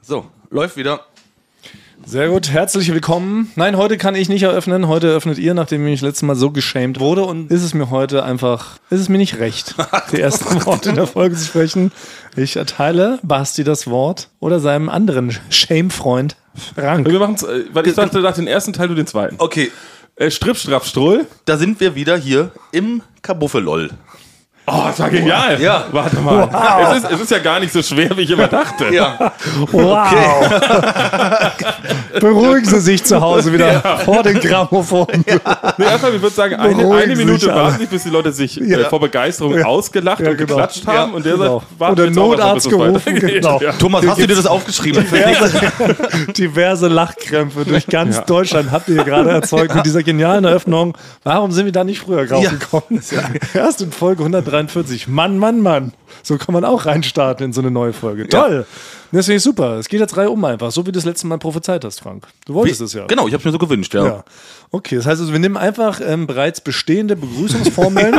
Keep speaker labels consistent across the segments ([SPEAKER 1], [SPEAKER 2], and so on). [SPEAKER 1] So, läuft wieder.
[SPEAKER 2] Sehr gut, herzlich willkommen. Nein, heute kann ich nicht eröffnen. Heute eröffnet ihr, nachdem ich letztes Mal so geschämt wurde. Und ist es mir heute einfach, ist es mir nicht recht, die ersten Worte der Folge zu sprechen. Ich erteile Basti das Wort oder seinem anderen Shame-Freund Frank.
[SPEAKER 3] Wir machen äh, weil ich dachte nach den ersten Teil, du den zweiten.
[SPEAKER 1] Okay,
[SPEAKER 3] Äh, Strip, Strapp, Stroll.
[SPEAKER 1] da sind wir wieder hier im Kabuffeloll.
[SPEAKER 3] Oh, das war genial.
[SPEAKER 1] Ja.
[SPEAKER 3] Warte mal. Es, ist, es ist ja gar nicht so schwer, wie ich immer dachte.
[SPEAKER 1] Ja,
[SPEAKER 2] Wow. Beruhigen Sie sich zu Hause wieder vor den Grammophon.
[SPEAKER 3] Nee, erstmal, ich würde sagen, eine,
[SPEAKER 2] Beruhigen
[SPEAKER 3] eine
[SPEAKER 2] Sie
[SPEAKER 3] Minute
[SPEAKER 2] sich alle.
[SPEAKER 3] warten, bis die Leute sich äh,
[SPEAKER 2] Ja.
[SPEAKER 3] vor Begeisterung ausgelacht
[SPEAKER 2] Ja,
[SPEAKER 3] und
[SPEAKER 2] genau.
[SPEAKER 3] geklatscht haben.
[SPEAKER 1] Ja,
[SPEAKER 3] und der
[SPEAKER 2] genau.
[SPEAKER 3] sagt, warten
[SPEAKER 2] Oder
[SPEAKER 3] wir jetzt auch noch mal, bis
[SPEAKER 2] Notarzt
[SPEAKER 3] es
[SPEAKER 2] gerufen.
[SPEAKER 3] weitergeht.
[SPEAKER 2] Genau.
[SPEAKER 3] Ja.
[SPEAKER 1] Thomas, hast du dir das aufgeschrieben?
[SPEAKER 2] diverse, diverse Lachkrämpfe durch ganz Deutschland habt ihr gerade erzeugt mit dieser genialen Eröffnung. Warum sind wir da nicht früher rausgekommen? Erst in Folge 143. Mann, Mann, Mann. So kann man auch reinstarten in so eine neue Folge. Toll. Das finde ich super. Es geht jetzt Reihe um einfach, so wie du das letzte Mal prophezeit hast, Frank. Du wolltest es ja.
[SPEAKER 1] Genau, ich habe mir so gewünscht, ja.
[SPEAKER 2] Ja. Okay, das heißt also, wir nehmen einfach ähm, bereits bestehende Begrüßungsformeln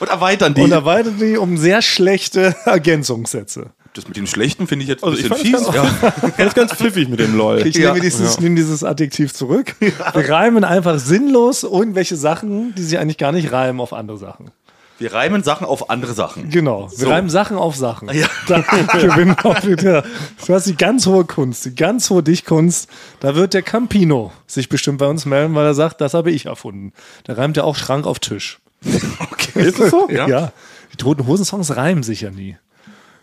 [SPEAKER 1] Und erweitern die.
[SPEAKER 2] und erweitern die um sehr schlechte Ergänzungssätze.
[SPEAKER 1] das mit den Schlechten finde ich jetzt ein
[SPEAKER 3] Also ich
[SPEAKER 1] bisschen
[SPEAKER 3] fand
[SPEAKER 1] fies.
[SPEAKER 3] das
[SPEAKER 1] Ja.
[SPEAKER 3] Das ist ganz pfiffig mit dem LOL.
[SPEAKER 2] Ich
[SPEAKER 1] Ja.
[SPEAKER 2] nehme dieses, nehme dieses Adjektiv zurück. Wir reimen einfach sinnlos irgendwelche Sachen, die sie eigentlich gar nicht reimen, auf andere Sachen.
[SPEAKER 1] Wir reimen Sachen auf andere Sachen.
[SPEAKER 2] Genau. Wir
[SPEAKER 1] So.
[SPEAKER 2] reimen Sachen auf Sachen.
[SPEAKER 1] Ja.
[SPEAKER 2] Da gewinnen wir wieder. Du hast die ganz hohe Kunst, die ganz hohe Dichtkunst. Da wird der Campino sich bestimmt bei uns melden, weil er sagt, das habe ich erfunden. Da reimt er auch Schrank auf Tisch.
[SPEAKER 1] Okay. Ist das so? Ja.
[SPEAKER 2] Die Toten Hosen Songs reimen sich ja nie.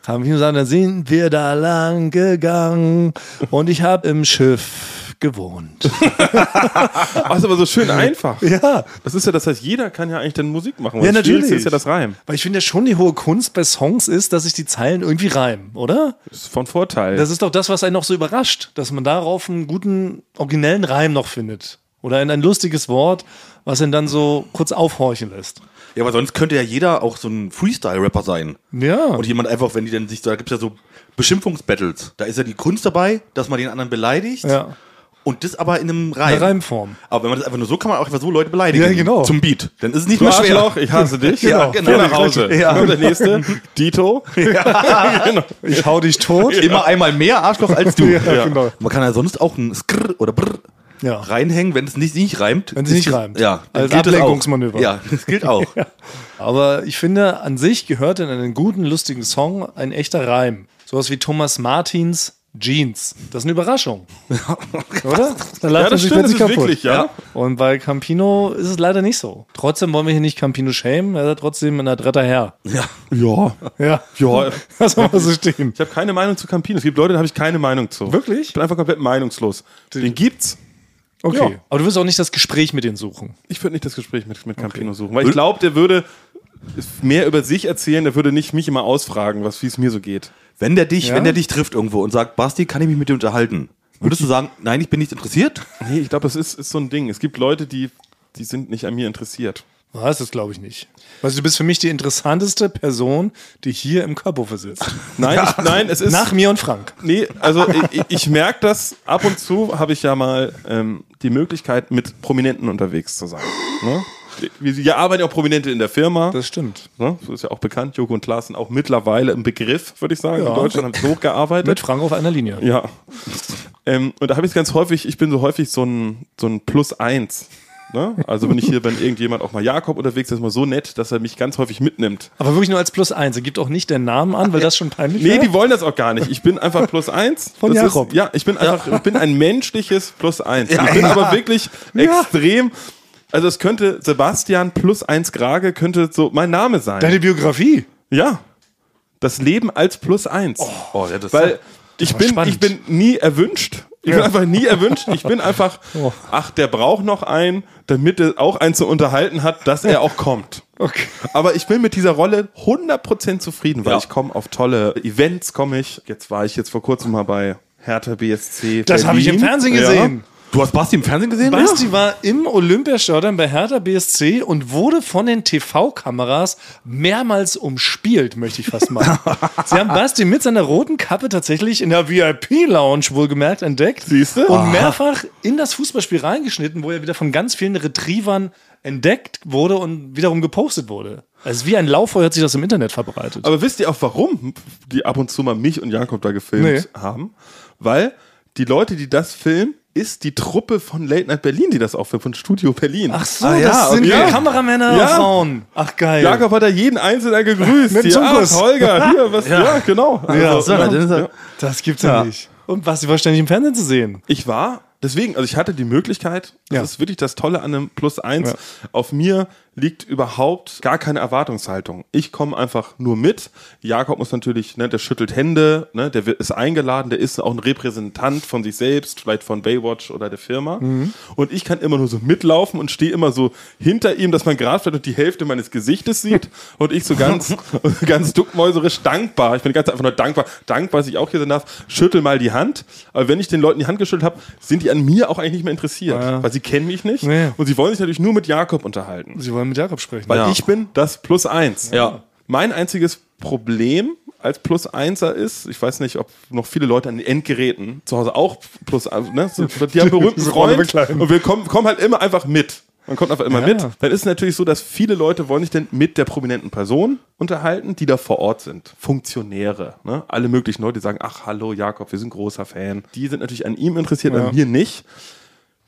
[SPEAKER 2] Haben wir gesagt, dann sind wir da lang gegangen und ich habe im Schiff gewohnt.
[SPEAKER 3] Das ist aber so schön einfach.
[SPEAKER 2] Ja,
[SPEAKER 3] Das ist ja, das heißt, jeder kann ja eigentlich dann Musik machen.
[SPEAKER 2] Ja,
[SPEAKER 3] das
[SPEAKER 2] natürlich.
[SPEAKER 3] Schwierigste ist ja das Reim.
[SPEAKER 2] Weil ich finde ja schon die hohe Kunst bei Songs ist, dass sich die Zeilen irgendwie reimen, oder?
[SPEAKER 3] Das ist von Vorteil.
[SPEAKER 2] Das ist doch das, was einen noch so überrascht, dass man darauf einen guten, originellen Reim noch findet. Oder ein, ein lustiges Wort, was ihn dann so kurz aufhorchen lässt.
[SPEAKER 1] ja, aber sonst könnte ja jeder auch so ein Freestyle-Rapper sein.
[SPEAKER 2] Ja.
[SPEAKER 1] Und jemand einfach, wenn die dann sich, da gibt es ja so Beschimpfungsbattles. Da ist ja die Kunst dabei, dass man den anderen beleidigt.
[SPEAKER 2] Ja.
[SPEAKER 1] Und das aber in einem
[SPEAKER 2] Eine
[SPEAKER 1] Reim.
[SPEAKER 2] Reimform.
[SPEAKER 1] Aber wenn man das einfach nur so kann man auch einfach so Leute beleidigen.
[SPEAKER 2] Ja, genau.
[SPEAKER 1] Zum Beat. Dann ist es nicht
[SPEAKER 3] Du
[SPEAKER 1] mehr schwer.
[SPEAKER 3] Arschloch, ich hasse dich.
[SPEAKER 1] Ja, genau.
[SPEAKER 3] Geh nach Hause.
[SPEAKER 1] Ja.
[SPEAKER 3] Und der nächste, Dito.
[SPEAKER 2] Ich hau dich tot.
[SPEAKER 1] Immer einmal mehr Arschloch als du.
[SPEAKER 2] Ja, genau.
[SPEAKER 1] Man kann ja sonst auch ein Skrr oder Brr
[SPEAKER 2] Ja.
[SPEAKER 1] reinhängen, wenn es nicht, nicht reimt.
[SPEAKER 2] Wenn es nicht reimt.
[SPEAKER 1] Ja, dann
[SPEAKER 2] Als
[SPEAKER 1] gilt es auch.
[SPEAKER 2] Ablenkungsmanöver.
[SPEAKER 1] Ja, das gilt auch.
[SPEAKER 2] Aber ich finde, an sich gehört in einen guten, lustigen Song ein echter Reim. Sowas wie Thomas Martins Jeans. Das ist eine Überraschung. Oder? Da lacht
[SPEAKER 3] Ja, das stimmt, das ist wirklich, ja.
[SPEAKER 2] Und bei Campino ist es leider nicht so. Trotzdem wollen wir hier nicht Campino shamen, er ist trotzdem ein adretter Herr.
[SPEAKER 1] Ja.
[SPEAKER 3] Ja.
[SPEAKER 2] Ja.
[SPEAKER 3] Ja.
[SPEAKER 2] Das soll mal so stehen.
[SPEAKER 3] Ich habe keine Meinung zu Campino. Es gibt Leute, da habe ich keine Meinung zu.
[SPEAKER 2] Wirklich?
[SPEAKER 3] Ich bin einfach komplett meinungslos. Den gibt's.
[SPEAKER 2] Okay.
[SPEAKER 3] Ja.
[SPEAKER 2] Aber du wirst auch nicht das Gespräch mit denen suchen.
[SPEAKER 3] Ich würde nicht das Gespräch mit, mit Campino suchen, weil ich glaube, der würde mehr über sich erzählen, der würde nicht mich immer ausfragen, was wie es mir so geht.
[SPEAKER 1] Wenn der dich,
[SPEAKER 2] Ja?
[SPEAKER 1] wenn der dich trifft irgendwo und sagt, Basti, kann ich mich mit dir unterhalten? Würdest du sagen, nein, ich bin nicht interessiert?
[SPEAKER 3] Nee, ich glaube, das ist, ist so ein Ding. Es gibt Leute, die, die sind nicht an mir interessiert.
[SPEAKER 2] Was? Das glaube ich nicht. Also du bist für mich die interessanteste Person, die hier im Körperhof sitzt.
[SPEAKER 3] Nein, ich, nein, es ist.
[SPEAKER 2] Nach mir und Frank.
[SPEAKER 3] Nee, also ich, ich merke das, ab und zu habe ich ja mal ähm, die Möglichkeit, mit Prominenten unterwegs zu sein. Ne? Wir, wir arbeiten ja auch Prominente in der Firma.
[SPEAKER 2] Das stimmt.
[SPEAKER 3] ne? so ist ja auch bekannt. Joko und Klaas sind auch mittlerweile im Begriff, würde ich sagen.
[SPEAKER 2] Ja.
[SPEAKER 3] In Deutschland haben sie hochgearbeitet.
[SPEAKER 2] Mit Frank auf einer Linie.
[SPEAKER 3] Ja. Ähm, und da habe ich ganz häufig, ich bin so häufig so ein, so ein Plus eins. Ne? Also wenn ich hier, wenn irgendjemand auch mal Jakob unterwegs ist, ist mal so nett, dass er mich ganz häufig mitnimmt.
[SPEAKER 2] Aber wirklich nur als Plus eins. Er gibt auch nicht den Namen an, weil das schon peinlich
[SPEAKER 3] Nee,
[SPEAKER 2] wäre.
[SPEAKER 3] die wollen das auch gar nicht. Ich bin einfach plus eins.
[SPEAKER 2] Von
[SPEAKER 3] das
[SPEAKER 2] Jakob.
[SPEAKER 3] Ist, ja, ich bin einfach, ich bin ein menschliches plus eins. Ich bin aber wirklich extrem. Also es könnte Sebastian plus eins Grage könnte so mein Name sein.
[SPEAKER 2] Deine Biografie.
[SPEAKER 3] ja. Das Leben als plus eins.
[SPEAKER 1] Oh, ja, das
[SPEAKER 3] Weil ich
[SPEAKER 2] war
[SPEAKER 3] bin,
[SPEAKER 2] spannend.
[SPEAKER 3] ich bin nie erwünscht. Ich bin einfach nie erwünscht. Ich bin einfach,
[SPEAKER 2] Oh.
[SPEAKER 3] ach, der braucht noch einen, damit er auch einen zu unterhalten hat, dass er auch kommt.
[SPEAKER 2] Okay.
[SPEAKER 3] Aber ich bin mit dieser Rolle 100% zufrieden, weil
[SPEAKER 1] Ja.
[SPEAKER 3] ich komme auf tolle Events, komme ich. Jetzt war ich jetzt vor kurzem mal bei Hertha BSC.
[SPEAKER 2] Das habe ich im
[SPEAKER 3] Berlin.
[SPEAKER 2] Fernsehen
[SPEAKER 3] Ja.
[SPEAKER 2] gesehen.
[SPEAKER 1] Du hast Basti im Fernsehen gesehen?
[SPEAKER 2] Basti war im Olympiastadion bei Hertha BSC und wurde von den TV-Kameras mehrmals umspielt, möchte ich fast mal. Sie haben Basti mit seiner roten Kappe tatsächlich in der VIP-Lounge wohlgemerkt entdeckt.
[SPEAKER 3] Siehst du?
[SPEAKER 2] Und mehrfach in das Fußballspiel reingeschnitten, wo er wieder von ganz vielen Retrievern entdeckt wurde und wiederum gepostet wurde. Also wie ein Lauffeuer hat sich das im Internet verbreitet.
[SPEAKER 3] Aber wisst ihr auch, warum die ab und zu mal mich und Jakob da gefilmt haben? Weil die Leute, die das filmen, ist die Truppe von Late Night Berlin, die das aufwirft, von Studio Berlin. Ah
[SPEAKER 2] Ach so, das sind
[SPEAKER 3] ja.
[SPEAKER 2] die Kameramänner
[SPEAKER 3] Ja.
[SPEAKER 2] und Frauen. Ach geil.
[SPEAKER 3] Jakob hat da jeden Einzelnen gegrüßt.
[SPEAKER 2] Mit
[SPEAKER 3] Hier,
[SPEAKER 2] Zungenkuss.
[SPEAKER 3] ah, Holger, hier, was, ja. genau.
[SPEAKER 1] Ja, so,
[SPEAKER 3] ne?
[SPEAKER 1] dann ist er-
[SPEAKER 2] Das gibt's ja, nicht. Und Basti war ständig im Fernsehen zu sehen.
[SPEAKER 3] Ich war, deswegen, also ich hatte die Möglichkeit, das
[SPEAKER 2] Ja.
[SPEAKER 3] ist wirklich das Tolle an einem Plus eins.
[SPEAKER 2] Ja.
[SPEAKER 3] Auf mir liegt überhaupt gar keine Erwartungshaltung. Ich komme einfach nur mit. Jakob muss natürlich, ne, der schüttelt Hände, ne, der wird- ist eingeladen, der ist auch ein Repräsentant von sich selbst, vielleicht von Baywatch oder der Firma. Und ich kann immer nur so mitlaufen und stehe immer so hinter ihm, dass man gerade vielleicht noch die Hälfte meines Gesichtes sieht. und ich so ganz, ganz duckmäuserisch dankbar. Ich bin ganz einfach nur dankbar. Dankbar, dass ich auch hier sein darf. Schüttel mal die Hand. Aber wenn ich den Leuten die Hand geschüttelt habe, sind die an mir auch eigentlich nicht mehr interessiert. Weil sie kennen mich nicht.
[SPEAKER 2] Nee.
[SPEAKER 3] Und sie wollen sich natürlich nur mit Jakob unterhalten.
[SPEAKER 2] Sie wollen mit Jakob sprechen.
[SPEAKER 3] Weil
[SPEAKER 1] Ja.
[SPEAKER 3] ich bin das Plus Eins.
[SPEAKER 1] Ja.
[SPEAKER 3] Mein einziges Problem als Plus Einser ist, ich weiß nicht, ob noch viele Leute an den Endgeräten zu Hause auch Plus Eins, ne? so, die haben berühmten
[SPEAKER 2] Die Rolle
[SPEAKER 3] Freund
[SPEAKER 2] bekleiden.
[SPEAKER 3] und wir kommen, kommen halt immer einfach mit. Man kommt einfach immer
[SPEAKER 2] Ja.
[SPEAKER 3] mit. Dann ist es natürlich so, dass viele Leute wollen sich denn mit der prominenten Person unterhalten, die da vor Ort sind. Funktionäre, ne? alle möglichen Leute, die sagen, ach hallo Jakob, wir sind großer Fan. Die sind natürlich an ihm interessiert, an mir nicht.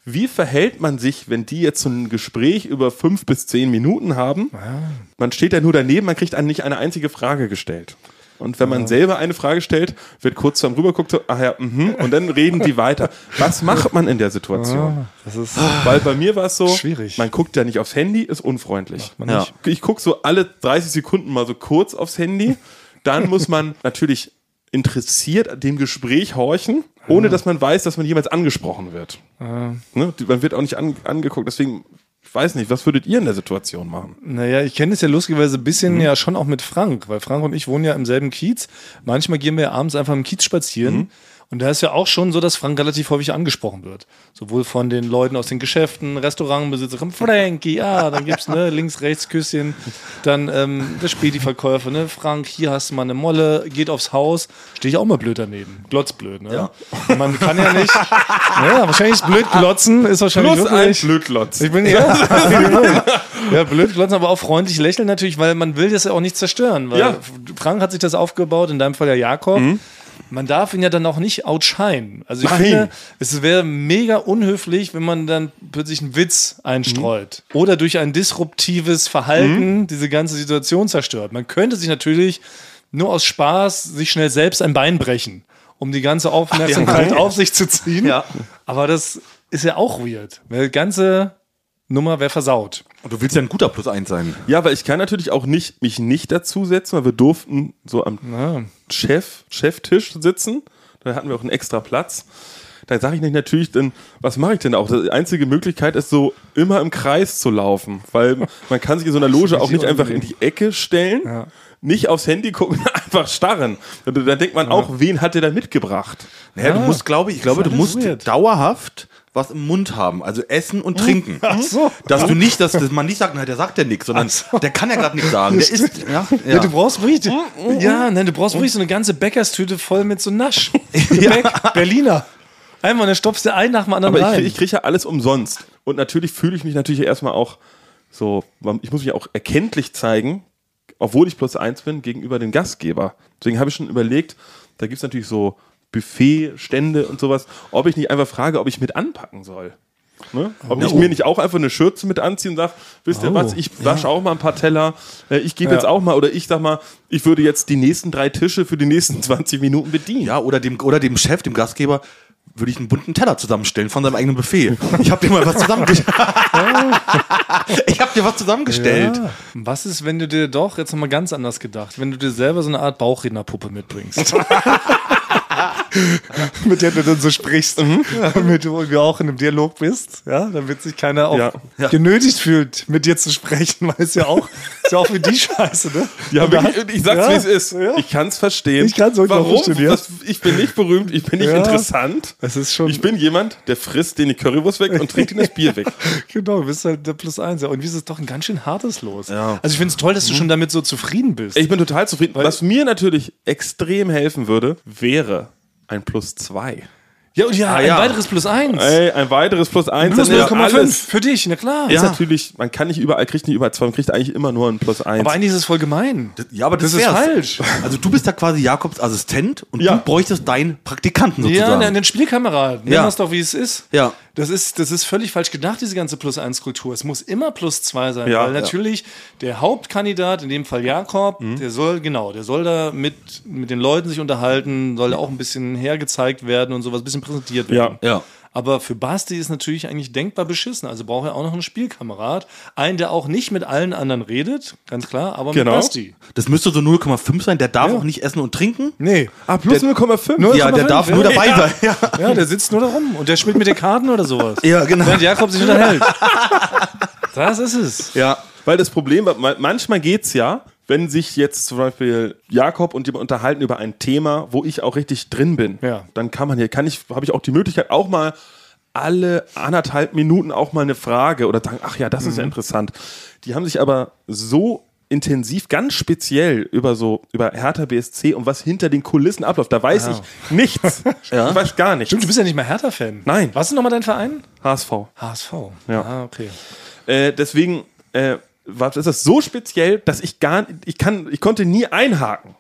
[SPEAKER 3] Wie verhält man sich, wenn die jetzt so ein Gespräch über fünf bis zehn Minuten haben? Man steht ja nur daneben, man kriegt einem nicht eine einzige Frage gestellt. Und wenn man selber eine Frage stellt, wird kurz zusammen rüberguckt, so, ach ja, mhm, und dann reden die weiter. Was macht man in der Situation?
[SPEAKER 2] Das ist
[SPEAKER 3] Weil bei mir war es so,
[SPEAKER 2] Schwierig.
[SPEAKER 3] man guckt ja nicht aufs Handy, ist unfreundlich.
[SPEAKER 2] man
[SPEAKER 3] Ja.
[SPEAKER 2] nicht.
[SPEAKER 3] Ich gucke so alle 30 Sekunden mal so kurz aufs Handy. Dann muss man natürlich interessiert dem Gespräch horchen,
[SPEAKER 2] Ah.
[SPEAKER 3] ohne dass man weiß, dass man jemals angesprochen wird. Ne? Die- Man wird auch nicht an, angeguckt. Deswegen, ich weiß nicht, was würdet ihr in der Situation machen?
[SPEAKER 2] Naja, ich kenne es ja lustigerweise ein bisschen
[SPEAKER 3] Mhm.
[SPEAKER 2] ja schon auch mit Frank, weil Frank und ich wohnen ja im selben Kiez. Manchmal gehen wir ja abends einfach im Kiez spazieren.
[SPEAKER 3] Mhm.
[SPEAKER 2] Und da ist ja auch schon so, dass Frank relativ häufig angesprochen wird. Sowohl von den Leuten aus den Geschäften, Restaurantbesitzer, komm, Frankie, ja, dann gibt's ne, links, rechts Küsschen. Dann ähm, der Späti-Verkäufer, ne, Frank, hier hast du mal eine Molle, geht aufs Haus. Stehe ich auch mal blöd daneben. Glotzblöd, ne? Und Man kann ja nicht, naja, wahrscheinlich ist blöd glotzen, ist wahrscheinlich
[SPEAKER 3] Plus ein
[SPEAKER 2] wirklich...
[SPEAKER 3] Blödlotz.
[SPEAKER 2] Ich bin ja. ja, blöd glotzen, aber auch freundlich lächeln natürlich, weil man will das ja auch nicht zerstören. Weil
[SPEAKER 3] Ja. Mhm.
[SPEAKER 2] Frank hat sich das aufgebaut, in deinem Fall ja Jakob. Man darf ihn ja dann auch nicht outshinen. Also ich
[SPEAKER 3] Nein.
[SPEAKER 2] finde, es wäre mega unhöflich, wenn man dann plötzlich einen Witz einstreut
[SPEAKER 3] Mhm.
[SPEAKER 2] oder durch ein disruptives Verhalten diese ganze Situation zerstört. Man könnte sich natürlich nur aus Spaß sich schnell selbst ein Bein brechen, um die ganze Aufmerksamkeit auf sich zu ziehen.
[SPEAKER 1] Ja.
[SPEAKER 2] Aber das ist ja auch weird. Weil die ganze Nummer wäre versaut.
[SPEAKER 1] Und du willst ja ein guter Plus eins sein.
[SPEAKER 3] Ja, weil ich kann natürlich auch nicht, mich nicht dazusetzen, weil wir durften so am Chef, Cheftisch sitzen. Da hatten wir auch einen extra Platz. Da sage ich nicht natürlich, denn was mache ich denn auch? Die einzige Möglichkeit ist so, immer im Kreis zu laufen, weil man kann sich in so einer Loge auch nicht einfach in die Ecke stellen, nicht aufs Handy gucken, einfach starren. Da, da denkt man auch, wen hat der da mitgebracht?
[SPEAKER 1] Naja, du
[SPEAKER 2] Ah,
[SPEAKER 1] musst, glaube ich, ich glaube,
[SPEAKER 2] ist
[SPEAKER 1] du
[SPEAKER 2] alles
[SPEAKER 1] musst
[SPEAKER 2] weird.
[SPEAKER 1] dauerhaft was im Mund haben, also essen und trinken. Ach
[SPEAKER 2] Hm? so.
[SPEAKER 1] Dass du nicht, dass, dass man nicht sagt, na, der sagt ja nichts, sondern der kann ja gerade nichts sagen. Der ist, ja, ja.
[SPEAKER 2] Ja, du brauchst wirklich,
[SPEAKER 3] Mhm,
[SPEAKER 2] ja, nein, du brauchst wirklich so eine ganze Bäckerstüte voll mit so Nasch. Gebäck, Berliner. Einmal, dann stopfst du einen nach dem anderen
[SPEAKER 3] Aber ich,
[SPEAKER 2] rein.
[SPEAKER 3] krieg- ich kriege ja alles umsonst. Und natürlich fühle ich mich natürlich erstmal auch so, man- ich muss mich auch erkenntlich zeigen, obwohl ich plus eins bin, gegenüber dem Gastgeber. Deswegen habe ich schon überlegt, da gibt es natürlich so Buffet, Stände und sowas, ob ich nicht einfach frage, ob ich mit anpacken soll. Ne? Ob ich mir nicht auch einfach eine Schürze mit anziehe und sage, wisst ihr
[SPEAKER 2] Oh,
[SPEAKER 3] was, ich wasche auch mal ein paar Teller, äh, ich gebe
[SPEAKER 2] Ja.
[SPEAKER 3] jetzt auch mal, oder ich sag mal, ich würde jetzt die nächsten drei Tische für die nächsten 20 Minuten bedienen.
[SPEAKER 1] ja oder, dem, oder dem Chef, dem Gastgeber, würde ich einen bunten Teller zusammenstellen von seinem eigenen Buffet. Ich habe dir mal was zusammengestellt. ich habe dir was zusammengestellt.
[SPEAKER 2] ja. Ah. Was ist, wenn du dir doch, jetzt nochmal ganz anders gedacht, wenn du dir selber so eine Art Bauchrednerpuppe mitbringst? mit der du dann so sprichst,
[SPEAKER 3] Mhm.
[SPEAKER 2] damit du irgendwie auch in einem Dialog bist, ja, damit sich keiner auch
[SPEAKER 3] Ja.
[SPEAKER 1] Ja.
[SPEAKER 2] genötigt fühlt, mit dir zu sprechen, weil es ja auch, ist ja auch für die Scheiße, ne?
[SPEAKER 3] Ja,
[SPEAKER 2] Und da-
[SPEAKER 3] wirklich, ich sag's,
[SPEAKER 2] ja,
[SPEAKER 3] wie es ist.
[SPEAKER 2] Ja.
[SPEAKER 3] Ich kann's verstehen.
[SPEAKER 2] Ich kann's wirklich auch
[SPEAKER 3] Warum?
[SPEAKER 2] verstehen, ja.
[SPEAKER 3] Was- ich bin nicht berühmt, ich bin nicht
[SPEAKER 2] Ja.
[SPEAKER 3] interessant.
[SPEAKER 2] Es ist schon-
[SPEAKER 3] Ich bin jemand, der frisst den die Currywurst weg und trinkt ihnen das Bier weg.
[SPEAKER 2] Genau, du bist halt der Plus Eins. Ja. Und wie ist es doch ein ganz schön hartes Los?
[SPEAKER 1] Ja.
[SPEAKER 2] Also ich finde es toll, dass du schon damit so zufrieden bist.
[SPEAKER 3] Mhm. Ich bin total zufrieden. Was mir natürlich extrem helfen würde, wäre ein Plus zwei.
[SPEAKER 2] ja, und ja,
[SPEAKER 1] Ah, ja.
[SPEAKER 2] Plus Eins.
[SPEAKER 3] Ey, ein weiteres Plus eins.
[SPEAKER 2] Plus
[SPEAKER 3] dann ist
[SPEAKER 2] 0,5
[SPEAKER 3] alles.
[SPEAKER 2] für dich, na klar.
[SPEAKER 3] Ist natürlich, man kann nicht überall, kriegt nicht überall zwei, man kriegt eigentlich immer nur ein Plus eins.
[SPEAKER 2] Aber eigentlich ist es voll gemein.
[SPEAKER 1] Ja, aber das,
[SPEAKER 2] Das ist
[SPEAKER 1] wär's.
[SPEAKER 2] falsch.
[SPEAKER 1] Also du bist da quasi Jakobs Assistent und
[SPEAKER 3] Ja.
[SPEAKER 1] du bräuchtest deinen Praktikanten
[SPEAKER 2] Ja,
[SPEAKER 1] sozusagen.
[SPEAKER 2] den Spielkameraden. Nimm
[SPEAKER 1] Ja.
[SPEAKER 2] das doch, wie es ist.
[SPEAKER 1] Ja.
[SPEAKER 2] Das ist, das ist völlig falsch gedacht, diese ganze Plus-1-Kultur. Es muss immer Plus-2 sein,
[SPEAKER 3] Ja,
[SPEAKER 2] weil
[SPEAKER 3] ja.
[SPEAKER 2] natürlich der Hauptkandidat, in dem Fall Jakob,
[SPEAKER 1] Mhm.
[SPEAKER 2] der soll, genau, der soll da mit, mit den Leuten sich unterhalten, soll auch ein bisschen hergezeigt werden und sowas, ein bisschen präsentiert werden.
[SPEAKER 1] Ja.
[SPEAKER 2] Aber für Basti ist natürlich eigentlich denkbar beschissen. Also braucht er auch noch einen Spielkamerad. Einen, der auch nicht mit allen anderen redet, ganz klar, aber
[SPEAKER 3] Genau.
[SPEAKER 2] mit Basti.
[SPEAKER 1] Das müsste so 0,5 sein, der darf auch nicht essen und trinken.
[SPEAKER 2] Nee.
[SPEAKER 3] ah, plus 0,5?
[SPEAKER 1] Ja, der darf nur dabei sein. Ja.
[SPEAKER 2] Ja, der sitzt nur da rum und der spielt mit den Karten oder sowas.
[SPEAKER 1] Ja, genau.
[SPEAKER 2] Während Jakob sich unterhält. Das ist es.
[SPEAKER 1] ja.
[SPEAKER 3] Weil das Problem, ma- manchmal geht's ja, wenn sich jetzt zum Beispiel Jakob und jemand unterhalten über ein Thema, wo ich auch richtig drin bin,
[SPEAKER 2] Ja.
[SPEAKER 3] dann kann man hier, kann ich, habe ich auch die Möglichkeit, auch mal alle anderthalb Minuten auch mal eine Frage oder sagen, ach ja, das
[SPEAKER 2] Mhm.
[SPEAKER 3] ist ja interessant. Die haben sich aber so intensiv, ganz speziell über so, über Hertha BSC und was hinter den Kulissen abläuft. Da weiß ich nichts. Ich weiß gar nichts.
[SPEAKER 2] Stimmt, du bist ja nicht mal Hertha-Fan.
[SPEAKER 3] Nein.
[SPEAKER 2] Was ist nochmal dein Verein?
[SPEAKER 3] HSV.
[SPEAKER 2] HSV.
[SPEAKER 3] Ja.
[SPEAKER 2] Ah, okay.
[SPEAKER 3] Äh, deswegen äh, war, ist das so speziell, dass ich gar ich kann ich konnte nie einhaken.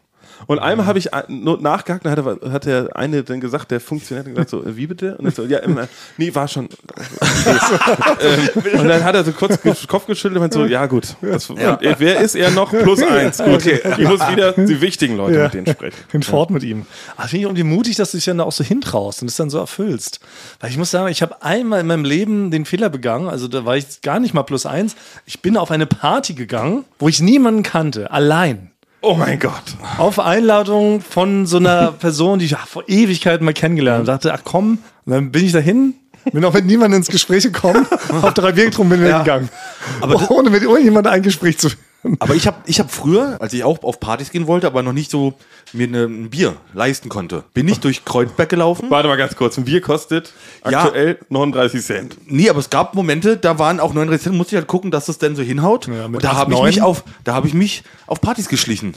[SPEAKER 3] Und einmal habe ich äh, nur nachgehakt, dann hat, er, hat der eine dann gesagt, der Funktionär hat gesagt so, äh, wie bitte? Und ich so, ja, immer, nee, war schon. ähm, und dann hat er so kurz den Kopf geschüttelt und meint so, ja gut, das, äh, wer ist er noch? Plus eins. Gut, ich muss wieder die wichtigen Leute mit denen sprechen.
[SPEAKER 2] Hinfort mit ihm. Aber finde ich irgendwie mutig, dass du dich dann auch so hintraust und es dann so erfüllst. Weil ich muss sagen, ich habe einmal in meinem Leben den Fehler begangen, also da war ich gar nicht mal plus eins. Ich bin auf eine Party gegangen, wo ich niemanden kannte, allein.
[SPEAKER 3] Oh mein Gott.
[SPEAKER 2] Auf Einladung von so einer Person, die ich ja, vor Ewigkeiten mal kennengelernt habe. Dachte, ach komm, und dann bin ich dahin, bin auch mit niemandem ins Gespräch gekommen, auf drei Bier getrunken bin ja. gegangen. Aber ohne mit irgendjemandem ein Gespräch zu führen.
[SPEAKER 1] Aber ich habe ich hab früher, als ich auch auf Partys gehen wollte, aber noch nicht so mir ne- ein Bier leisten konnte, bin ich durch Kreuzberg gelaufen.
[SPEAKER 3] Warte mal ganz kurz. Ein Bier kostet
[SPEAKER 1] Ja.
[SPEAKER 3] aktuell 39 Cent.
[SPEAKER 1] Nee, aber es gab Momente, da waren auch 39 Cent, musste ich halt gucken, dass das denn so hinhaut.
[SPEAKER 2] Ja, mit
[SPEAKER 1] und da
[SPEAKER 2] acht,
[SPEAKER 1] habe ich,
[SPEAKER 2] neun.
[SPEAKER 1] mich auf- da hab ich mich auf Partys geschlichen.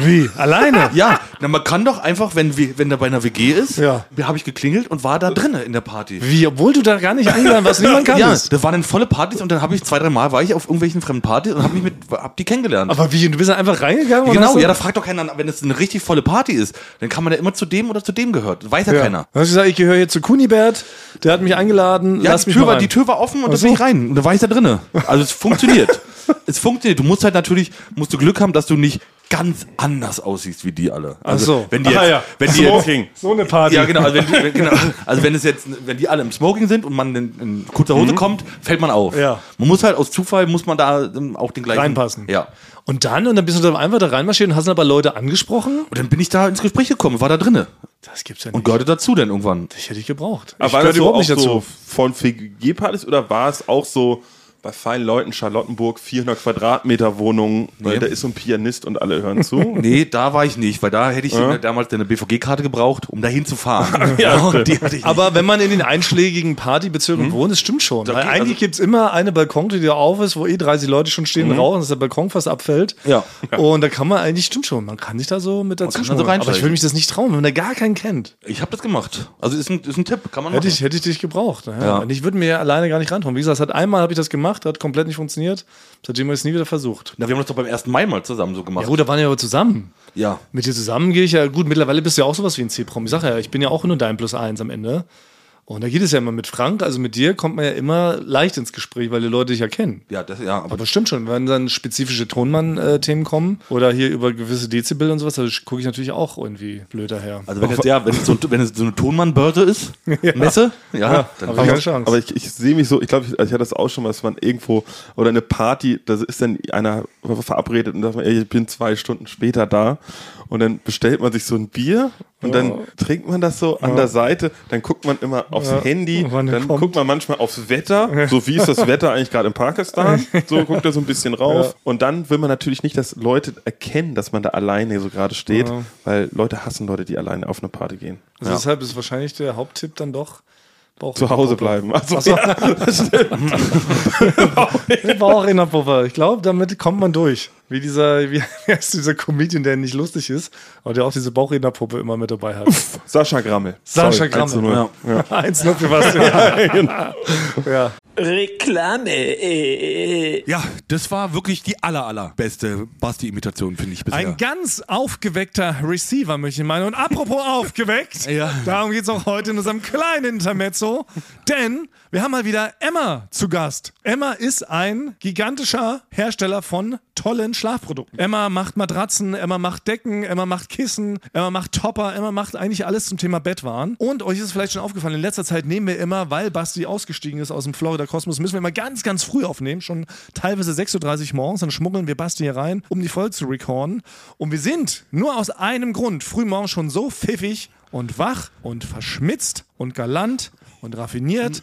[SPEAKER 2] Wie? Alleine?
[SPEAKER 1] Ja, na, man kann doch einfach, wenn, wir- wenn da bei einer WG ist,
[SPEAKER 2] Ja.
[SPEAKER 1] habe ich geklingelt und war da drinnen in der Party.
[SPEAKER 2] Wie, obwohl du da gar nicht eingeladen warst, niemand
[SPEAKER 1] ja,
[SPEAKER 2] kanntest.
[SPEAKER 1] das waren dann volle Partys und dann habe ich zwei, drei Mal war ich auf irgendwelchen fremden Partys und habe mich mit, hab die kennengelernt.
[SPEAKER 2] Aber wie, du bist dann einfach reingegangen?
[SPEAKER 1] genau, ja, da
[SPEAKER 2] da
[SPEAKER 1] fragt doch keiner, wenn es eine richtig volle Party ist, dann kann man ja immer zu dem oder zu dem gehört. Weiß ja,
[SPEAKER 2] ja.
[SPEAKER 1] keiner.
[SPEAKER 2] Dann hast du gesagt, ich gehöre hier zu Kunibert, der hat mich eingeladen,
[SPEAKER 1] Ja,
[SPEAKER 2] lass
[SPEAKER 1] die
[SPEAKER 2] mich
[SPEAKER 1] Tür,
[SPEAKER 2] mal
[SPEAKER 1] war,
[SPEAKER 2] rein.
[SPEAKER 1] die Tür war offen und
[SPEAKER 2] Ach
[SPEAKER 1] da
[SPEAKER 2] so.
[SPEAKER 1] bin ich rein. Und da war ich da drinne. Also es funktioniert. es funktioniert. Du musst halt natürlich, musst du Glück haben, dass du nicht ganz anders aussiehst wie die alle. Also
[SPEAKER 2] so.
[SPEAKER 1] wenn die jetzt,
[SPEAKER 3] Ah, ja.
[SPEAKER 1] wenn die jetzt,
[SPEAKER 3] Smoking.
[SPEAKER 2] So eine Party.
[SPEAKER 1] Ja, genau. Also wenn, wenn, genau. Also wenn es jetzt, wenn die alle im Smoking sind und man in, in kurzer Hose kommt, fällt man auf.
[SPEAKER 2] Mhm. Ja.
[SPEAKER 1] Man muss halt aus Zufall muss man da ähm, auch den gleichen
[SPEAKER 2] Reinpassen.
[SPEAKER 1] Ja.
[SPEAKER 2] Und dann, und dann bist du dann einfach da reinmarschiert und hast dann aber Leute angesprochen?
[SPEAKER 1] Und dann bin ich da ins Gespräch gekommen, war da drinne
[SPEAKER 2] Das gibt's ja
[SPEAKER 1] und
[SPEAKER 2] nicht.
[SPEAKER 1] gehörte dazu dann irgendwann.
[SPEAKER 2] Ich hätte ich gebraucht.
[SPEAKER 3] Aber
[SPEAKER 2] ich
[SPEAKER 3] war
[SPEAKER 2] gehörte
[SPEAKER 3] das so auch so von WG-Partys oder war es auch so bei feinen Leuten Charlottenburg 400 Quadratmeter Wohnungen, weil da ist so ein Pianist und alle hören zu?
[SPEAKER 1] Nee, da war ich nicht, weil da hätte ich äh, damals eine BVG-Karte gebraucht, um da hinzufahren.
[SPEAKER 3] Ja,
[SPEAKER 1] Und die hatte ich nicht.
[SPEAKER 2] Aber wenn man in den einschlägigen Partybezirken wohnt, das stimmt schon. Weil
[SPEAKER 1] Mhm. geht-
[SPEAKER 2] eigentlich
[SPEAKER 1] also- Mhm.
[SPEAKER 2] gibt's immer eine Balkontür, die da auf ist, wo eh 30 Leute schon stehen und rauchen, dass der Balkon fast abfällt.
[SPEAKER 1] Ja.
[SPEAKER 2] Und da kann man eigentlich, stimmt schon, man kann sich da so mit dazu
[SPEAKER 1] kann da so
[SPEAKER 2] schmuggeln. Aber ich
[SPEAKER 1] reinschleichen.
[SPEAKER 2] würde mich das nicht trauen, wenn man da gar keinen kennt.
[SPEAKER 1] Ich habe das gemacht. Also ist ein, ist ein Tipp, kann man
[SPEAKER 2] Hätte
[SPEAKER 1] machen.
[SPEAKER 2] ich, hätte ich dich gebraucht. Ja.
[SPEAKER 1] Ja.
[SPEAKER 2] Und ich würde mir alleine gar nicht rantrauen. Wie gesagt, es hat einmal habe ich das gemacht, hat komplett nicht funktioniert. Seitdem habe ich es nie wieder versucht.
[SPEAKER 1] Na, wir haben das doch beim 1. Mai mal zusammen so
[SPEAKER 2] Ja
[SPEAKER 1] gemacht.
[SPEAKER 2] gut, da waren wir aber zusammen.
[SPEAKER 1] Ja.
[SPEAKER 2] Mit dir zusammen gehe ich ja gut. Mittlerweile bist du ja auch sowas wie ein C-Prom. Ich sage ja, ich bin ja auch nur dein Plus eins am Ende. Und da geht es ja immer mit Frank, also mit dir kommt man ja immer leicht ins Gespräch, weil die Leute dich ja kennen.
[SPEAKER 1] Ja, das, ja, aber
[SPEAKER 2] Aber stimmt schon, wenn dann spezifische Tonmann-Themen kommen oder hier über gewisse Dezibel und sowas, da gucke ich natürlich auch irgendwie blöd daher.
[SPEAKER 1] also wenn jetzt, ja, wenn es so, wenn es so eine Tonmannbörse ist, Messe, ja, dann
[SPEAKER 2] aber- Keine Chance.
[SPEAKER 3] Aber ich, ich sehe mich so, ich glaube, ich, also ich hatte das auch schon mal, dass man irgendwo oder eine Party, da ist dann einer verabredet und sagt man, ey, ich bin zwei Stunden später da und dann bestellt man sich so ein Bier Und dann trinkt man das so an der Seite, dann guckt man immer aufs
[SPEAKER 2] Ja.
[SPEAKER 3] Handy,
[SPEAKER 2] Wann der
[SPEAKER 3] dann
[SPEAKER 2] kommt.
[SPEAKER 3] guckt man manchmal aufs Wetter, so wie ist das Wetter eigentlich gerade in Pakistan, so guckt er so ein bisschen rauf. Und dann will man natürlich nicht, dass Leute erkennen, dass man da alleine so gerade steht,
[SPEAKER 2] Ja.
[SPEAKER 3] weil Leute hassen Leute, die alleine auf eine Party gehen.
[SPEAKER 2] Also Deshalb ist wahrscheinlich der Haupttipp dann doch Bauch
[SPEAKER 3] Zu Hause bleiben. Also,
[SPEAKER 2] Achso.
[SPEAKER 3] ja, das stimmt.
[SPEAKER 2] Bauch in der Puppe. Ich glaube, damit kommt man durch. Wie dieser, wie heißt dieser Comedian, der nicht lustig ist, aber der auch diese Bauchrednerpuppe immer mit dabei hat.
[SPEAKER 3] Sascha Grammel.
[SPEAKER 2] Sascha
[SPEAKER 3] Sorry,
[SPEAKER 2] Grammel.
[SPEAKER 3] 1:0.
[SPEAKER 1] Ja.
[SPEAKER 2] Eins nur für was. Ja, ja.
[SPEAKER 4] Reklame. eh.
[SPEAKER 1] Ja, das war wirklich die aller, allerbeste Basti-Imitation, finde ich bisher.
[SPEAKER 2] Ein ganz aufgeweckter Receiver, möchte ich meinen. Und apropos aufgeweckt,
[SPEAKER 1] Ja.
[SPEAKER 2] darum geht es auch heute in unserem kleinen Intermezzo. Denn wir haben mal wieder Emma zu Gast. Emma ist ein gigantischer Hersteller von tollen Schlafprodukten. Emma macht Matratzen, Emma macht Decken, Emma macht Kissen, Emma macht Topper, Emma macht eigentlich alles zum Thema Bettwaren. Und euch ist es vielleicht schon aufgefallen, in letzter Zeit nehmen wir immer, weil Basti ausgestiegen ist aus dem Florida Kosmos, müssen wir immer ganz, ganz früh aufnehmen, schon teilweise 6.30 Uhr morgens, dann schmuggeln wir Basti hier rein, um die Folge zu recorden. Und wir sind nur aus einem Grund frühmorgens schon so pfiffig und wach und verschmitzt und galant und raffiniert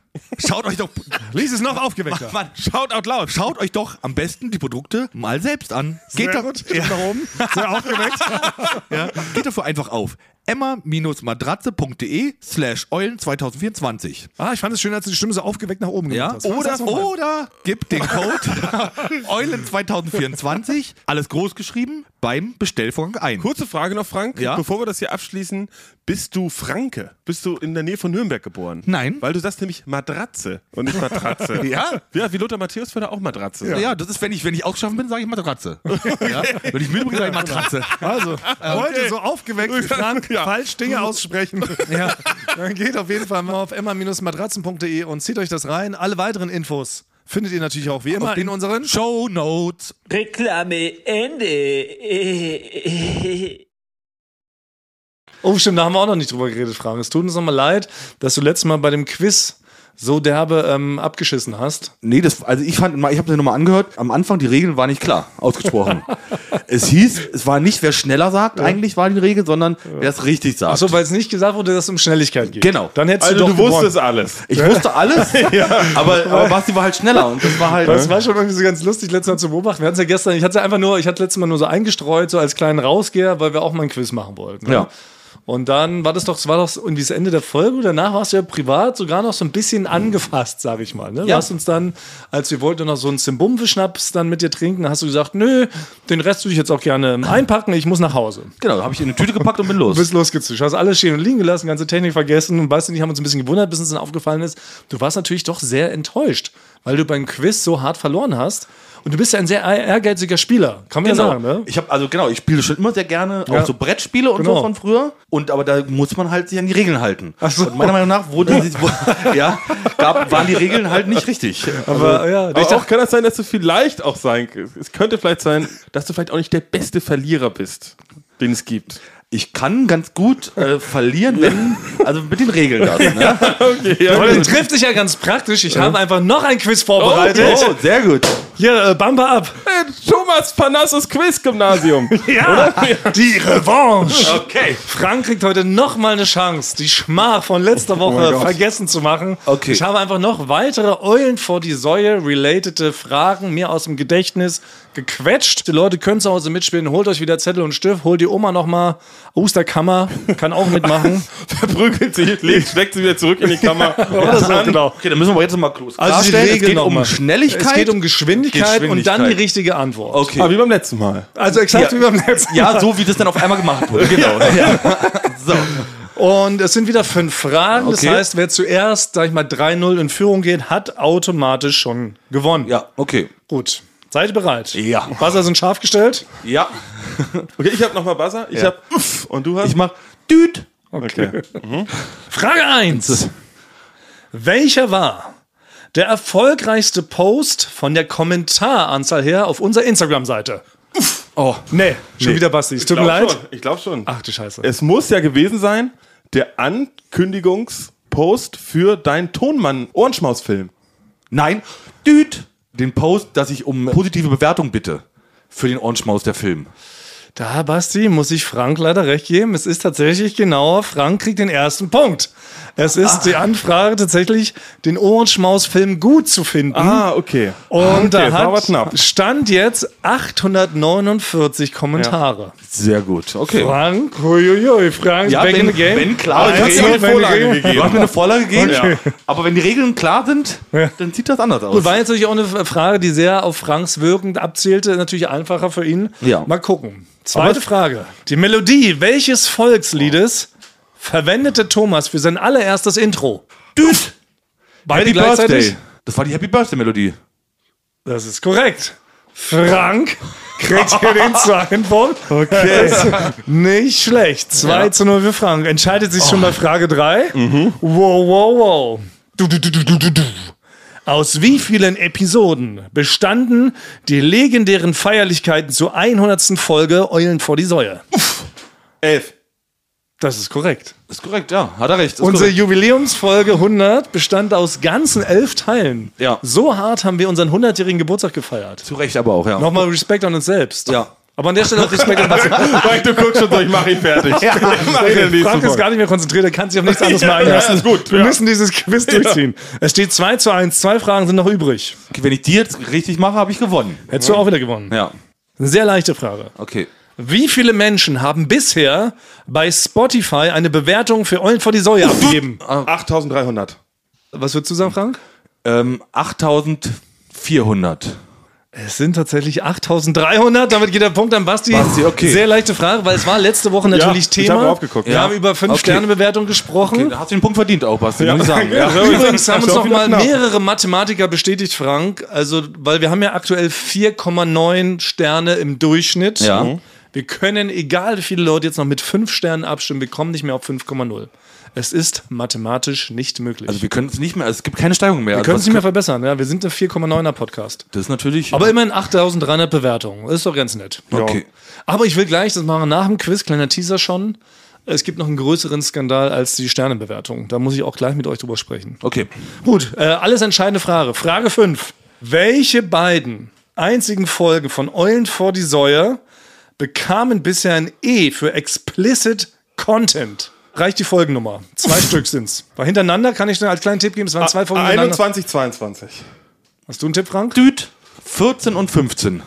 [SPEAKER 1] Schaut euch doch.
[SPEAKER 2] Lies es noch aufgeweckter.
[SPEAKER 1] Mann, schaut out loud. Schaut euch doch am besten die Produkte mal selbst an. Geht
[SPEAKER 2] Sehr
[SPEAKER 1] da,
[SPEAKER 2] gut.
[SPEAKER 1] Ja,
[SPEAKER 2] Nach oben. Sehr aufgeweckt.
[SPEAKER 1] ja. Geht dafür einfach auf emma-matratze.de slash eulen 2024.
[SPEAKER 2] Ah, ich fand es schön, als du die Stimme so aufgeweckt nach oben
[SPEAKER 1] Ja,
[SPEAKER 2] gemacht hast.
[SPEAKER 1] oder,
[SPEAKER 2] Sag's noch mal.
[SPEAKER 1] oder gib den Code Eulen2024, alles groß geschrieben, beim Bestellvorgang ein.
[SPEAKER 3] Kurze Frage noch, Frank.
[SPEAKER 1] Ja?
[SPEAKER 3] Bevor wir das hier abschließen, bist du Franke? Bist du in der Nähe von Nürnberg geboren?
[SPEAKER 1] Nein.
[SPEAKER 3] Weil du sagst nämlich Matratze und nicht Matratze.
[SPEAKER 1] Ja?
[SPEAKER 3] Ja, wie Lothar Matthäus würde auch Matratze.
[SPEAKER 1] Ja. das ist, wenn ich, wenn ich ausgeschaffen bin, sage ich Matratze. ja? Wenn ich müde bin, sage ich Matratze.
[SPEAKER 2] Also, heute so aufgeweckt wie Frank, falsch Dinge aussprechen. ja. Dann geht auf jeden Fall mal auf emma-matratzen.de und zieht euch das rein. Alle weiteren Infos findet ihr natürlich auch wie immer in unseren
[SPEAKER 1] Show Notes.
[SPEAKER 4] Reklame Ende. eh.
[SPEAKER 2] Oh, stimmt, da haben wir auch noch nicht drüber geredet, Frank. Es tut uns nochmal leid, dass du letztes Mal bei dem Quiz so derbe ähm, abgeschissen hast.
[SPEAKER 1] Nee, das, also ich fand, mal- ich habe mir nochmal angehört, am Anfang die Regeln waren nicht klar ausgesprochen. es hieß, es war nicht, wer schneller sagt, eigentlich war die Regel, sondern wer es richtig sagt.
[SPEAKER 2] Achso, weil es nicht gesagt wurde, dass es um Schnelligkeit geht.
[SPEAKER 1] Genau.
[SPEAKER 2] Dann hättest
[SPEAKER 3] Also
[SPEAKER 2] du
[SPEAKER 3] du,
[SPEAKER 2] doch
[SPEAKER 3] wusstest
[SPEAKER 2] gewonnen.
[SPEAKER 3] alles.
[SPEAKER 1] ich wusste alles, aber, aber Basti war halt schneller und das war halt.
[SPEAKER 2] Das war schon irgendwie so ganz lustig, letztes Mal zu beobachten. Wir hatten es ja gestern, ich hatte es einfach nur, ich hatte letztes Mal nur so eingestreut, so als kleinen Rausgeher, weil wir auch mal ein Quiz machen wollten. ne?
[SPEAKER 1] Ja.
[SPEAKER 2] Und dann war das doch, es war doch irgendwie das Ende der Folge. und Danach warst du ja privat sogar noch so ein bisschen angefasst, sag ich mal. Ne? Du
[SPEAKER 1] Ja.
[SPEAKER 2] hast uns dann, als wir wollten noch so einen Zimbumbe-Schnaps dann mit dir trinken, hast du gesagt, nö, den Rest würde ich jetzt auch gerne einpacken, ich muss nach Hause.
[SPEAKER 1] Genau, habe ich in eine Tüte gepackt und bin los.
[SPEAKER 2] Du bist losgezischt, hast alles stehen und liegen gelassen, ganze Technik vergessen und Basti und ich haben uns ein bisschen gewundert, bis uns dann aufgefallen ist, du warst natürlich doch sehr enttäuscht, weil du beim Quiz so hart verloren hast und du bist ja ein sehr ehrgeiziger Spieler, kann man ja sagen, ne?
[SPEAKER 1] Ich habe also genau, ich spiele schon immer sehr gerne
[SPEAKER 2] Ja.
[SPEAKER 1] auch so Brettspiele und
[SPEAKER 2] Genau.
[SPEAKER 1] so von früher. Und aber da muss man halt sich an die Regeln halten.
[SPEAKER 2] Ach so.
[SPEAKER 1] Und meiner Meinung nach wurde sie, wo, ja, gab, waren die Regeln halt nicht richtig.
[SPEAKER 2] Also, Aber ja,
[SPEAKER 3] Aber
[SPEAKER 2] ich
[SPEAKER 3] auch
[SPEAKER 2] dachte,
[SPEAKER 3] kann das sein, dass du vielleicht auch sein, es könnte vielleicht sein, dass du vielleicht auch nicht der beste Verlierer bist, den es gibt.
[SPEAKER 1] Ich kann ganz gut äh, verlieren, wenn also mit den Regeln das. Ne?
[SPEAKER 3] Okay, ja.
[SPEAKER 2] Oh, das trifft sich ja ganz praktisch. Ich habe einfach noch ein Quiz vorbereitet.
[SPEAKER 1] sehr gut.
[SPEAKER 2] Hier, äh, Bumper ab.
[SPEAKER 3] Thomas Panassos Quiz-Gymnasium.
[SPEAKER 2] Ja, die Revanche. Okay. Frank kriegt heute nochmal eine Chance, die Schmach von letzter Woche vergessen zu machen.
[SPEAKER 1] Okay.
[SPEAKER 2] Ich habe einfach noch weitere Eulen vor die Säue relatete Fragen mir aus dem Gedächtnis gequetscht. Die Leute können zu Hause mitspielen. Holt euch wieder Zettel und Stift. Holt die Oma nochmal aus der Kammer. Kann auch mitmachen.
[SPEAKER 3] Verprügelt sie, legt, steckt sie wieder zurück in die Kammer.
[SPEAKER 2] Oder so, genau.
[SPEAKER 1] Okay, dann müssen wir jetzt mal los.
[SPEAKER 2] Also die
[SPEAKER 1] es
[SPEAKER 2] Regeln
[SPEAKER 1] geht um
[SPEAKER 2] nochmal.
[SPEAKER 1] Schnelligkeit.
[SPEAKER 2] Es geht um Geschwindigkeit, und dann die
[SPEAKER 1] Geschwindigkeit.
[SPEAKER 2] richtige Antwort.
[SPEAKER 1] Okay.
[SPEAKER 3] Ah, wie beim letzten Mal.
[SPEAKER 2] Also exakt
[SPEAKER 1] Ja.
[SPEAKER 2] wie beim letzten
[SPEAKER 1] Ja, so wie das dann auf einmal gemacht wurde. Genau. So.
[SPEAKER 2] Und es sind wieder fünf Fragen.
[SPEAKER 1] Okay.
[SPEAKER 2] Das heißt, wer zuerst, sag ich mal, 3-0 in Führung geht, hat automatisch schon gewonnen.
[SPEAKER 1] Ja, okay.
[SPEAKER 2] Gut. Seid ihr bereit?
[SPEAKER 1] Ja.
[SPEAKER 2] Buzzer sind scharf gestellt.
[SPEAKER 1] Ja.
[SPEAKER 3] Okay, ich habe nochmal Buzzer. Ich
[SPEAKER 1] Ja.
[SPEAKER 3] hab habe Uff und du hast.
[SPEAKER 1] Ich mach Düt.
[SPEAKER 3] okay.
[SPEAKER 2] Frage 1. Welcher war der erfolgreichste Post von der Kommentaranzahl her auf unserer Instagram-Seite?
[SPEAKER 1] Oh.
[SPEAKER 2] Nee, schon wieder Basti. Es tut mir
[SPEAKER 3] Glaub
[SPEAKER 2] leid. Ah.
[SPEAKER 3] Schon. Ich glaube schon.
[SPEAKER 2] Ach du Scheiße.
[SPEAKER 3] Es muss ja gewesen sein, der Ankündigungspost für deinen Tonmann-Ohrenschmaus-Film.
[SPEAKER 1] Nein. Düt. Den Post, dass ich um positive Bewertung bitte. Für den Orange Maus der Film.
[SPEAKER 2] Da, Basti, muss ich Frank leider recht geben. Es ist tatsächlich genauer. Frank kriegt den ersten Punkt. Es ist die Anfrage tatsächlich, den Ohrenschmaus-Film gut zu finden.
[SPEAKER 3] Ah, okay.
[SPEAKER 2] Und da
[SPEAKER 3] war aber
[SPEAKER 2] hat
[SPEAKER 3] knapp.
[SPEAKER 2] stand jetzt 849 Kommentare.
[SPEAKER 1] Sehr gut. Okay.
[SPEAKER 2] Frank, huiuiui, Frank,
[SPEAKER 1] Ja,
[SPEAKER 2] back
[SPEAKER 1] wenn,
[SPEAKER 2] in the game.
[SPEAKER 1] wenn klar
[SPEAKER 2] Aber
[SPEAKER 1] die
[SPEAKER 2] ich hab's dir
[SPEAKER 1] Regeln-
[SPEAKER 2] eine Vorlage gegeben.
[SPEAKER 1] Du hast mir eine Vorlage gegeben.
[SPEAKER 3] Okay.
[SPEAKER 1] Aber wenn die Regeln klar sind, dann sieht das anders aus.
[SPEAKER 2] Gut, war jetzt natürlich auch eine Frage, die sehr auf Franks wirkend abzählte. Natürlich einfacher für ihn.
[SPEAKER 1] Ja.
[SPEAKER 2] Mal gucken. Zweite Frage. Die Melodie welches Volksliedes verwendete Thomas für sein allererstes Intro?
[SPEAKER 1] Düt.
[SPEAKER 2] Beide
[SPEAKER 1] Happy
[SPEAKER 2] gleichzeitig?
[SPEAKER 1] Birthday. Das war die Happy Birthday Melodie.
[SPEAKER 2] Das ist korrekt. Frank kriegt hier den zweiten Punkt. Okay. Nicht schlecht. 2 zu 0 für Frank. Entscheidet sich schon bei Frage 3. Wow, wow, wow. Du, du, du, du, du, du, du. Aus wie vielen Episoden bestanden die legendären Feierlichkeiten zur 100. Folge Eulen vor die Säue?
[SPEAKER 3] Elf.
[SPEAKER 2] Das ist korrekt.
[SPEAKER 1] Ist korrekt, ja. Hat er recht. Ist
[SPEAKER 2] Unsere
[SPEAKER 1] korrekt.
[SPEAKER 2] Jubiläumsfolge 100 bestand aus ganzen elf Teilen.
[SPEAKER 1] Ja.
[SPEAKER 2] So hart haben wir unseren 100-jährigen Geburtstag gefeiert.
[SPEAKER 1] Zu Recht aber auch, ja.
[SPEAKER 2] Nochmal Respekt an uns selbst.
[SPEAKER 1] Ja.
[SPEAKER 2] Aber an der Stelle auch Respekt an Basti.
[SPEAKER 3] Weil du guckst schon so, ich mach ihn fertig. Ja, mach ihn in der
[SPEAKER 2] Frank ist gar nicht mehr konzentriert, er kann sich auf nichts anderes mehr
[SPEAKER 3] Ja,
[SPEAKER 2] einlassen.
[SPEAKER 3] ist gut,
[SPEAKER 2] Wir
[SPEAKER 3] ja.
[SPEAKER 2] müssen dieses Quiz durchziehen. Es steht 2 zu 1, zwei Fragen sind noch übrig.
[SPEAKER 1] Wenn ich die jetzt richtig mache, habe ich gewonnen.
[SPEAKER 2] Hättest
[SPEAKER 3] Mhm.
[SPEAKER 2] du auch wieder gewonnen.
[SPEAKER 1] Ja.
[SPEAKER 2] Eine sehr leichte Frage.
[SPEAKER 1] Okay.
[SPEAKER 2] Wie viele Menschen haben bisher bei Spotify eine Bewertung für Eulen vor die Säue abgegeben?
[SPEAKER 3] 8300.
[SPEAKER 2] Was würdest du sagen, Frank?
[SPEAKER 1] Ähm, 8400.
[SPEAKER 2] Es sind tatsächlich 8300. Damit geht der Punkt an Basti.
[SPEAKER 1] Basti, okay.
[SPEAKER 2] Sehr leichte Frage, weil es war letzte Woche natürlich
[SPEAKER 3] ich
[SPEAKER 2] Thema.
[SPEAKER 3] habe aufgeguckt.
[SPEAKER 2] Wir
[SPEAKER 1] Ja.
[SPEAKER 2] haben über
[SPEAKER 1] Okay.
[SPEAKER 2] 5-Sterne-Bewertung gesprochen.
[SPEAKER 1] Da hast du den Punkt verdient auch, Basti, muss ich sagen. Ja.
[SPEAKER 2] Übrigens haben uns
[SPEAKER 3] Hast du auch
[SPEAKER 2] noch mal
[SPEAKER 3] wieder knapp.
[SPEAKER 2] mehrere Mathematiker bestätigt, Frank. Also, weil wir haben ja aktuell 4,9 Sterne im Durchschnitt.
[SPEAKER 1] Ja. Mhm.
[SPEAKER 2] Wir können, egal wie viele Leute jetzt noch mit 5 Sternen abstimmen, wir kommen nicht mehr auf 5,0. Es ist mathematisch nicht möglich.
[SPEAKER 1] Also wir können es nicht mehr, es gibt keine Steigerung mehr. Also
[SPEAKER 2] wir können es nicht mehr verbessern. Ja, wir sind ein 4,9er Podcast.
[SPEAKER 1] Das ist natürlich.
[SPEAKER 2] Aber immerhin 8300 Bewertungen. Ist doch ganz nett.
[SPEAKER 1] okay.
[SPEAKER 2] Aber ich will gleich, das machen wir nach dem Quiz, kleiner Teaser schon. Es gibt noch einen größeren Skandal als die Sternebewertung. Da muss ich auch gleich mit euch drüber sprechen.
[SPEAKER 1] Okay.
[SPEAKER 2] Gut, äh, alles entscheidende Frage. Frage 5. Welche beiden einzigen Folgen von Eulen vor die Säue bekamen bisher ein E für Explicit Content? Reicht die Folgennummer. Zwei Stück sind's. War hintereinander, kann ich dir als kleinen Tipp geben. Es
[SPEAKER 3] Ah,
[SPEAKER 2] waren zwei Folgen hintereinander.
[SPEAKER 3] 21, 22.
[SPEAKER 2] Hast du einen Tipp, Frank?
[SPEAKER 1] Düt 14 und 15.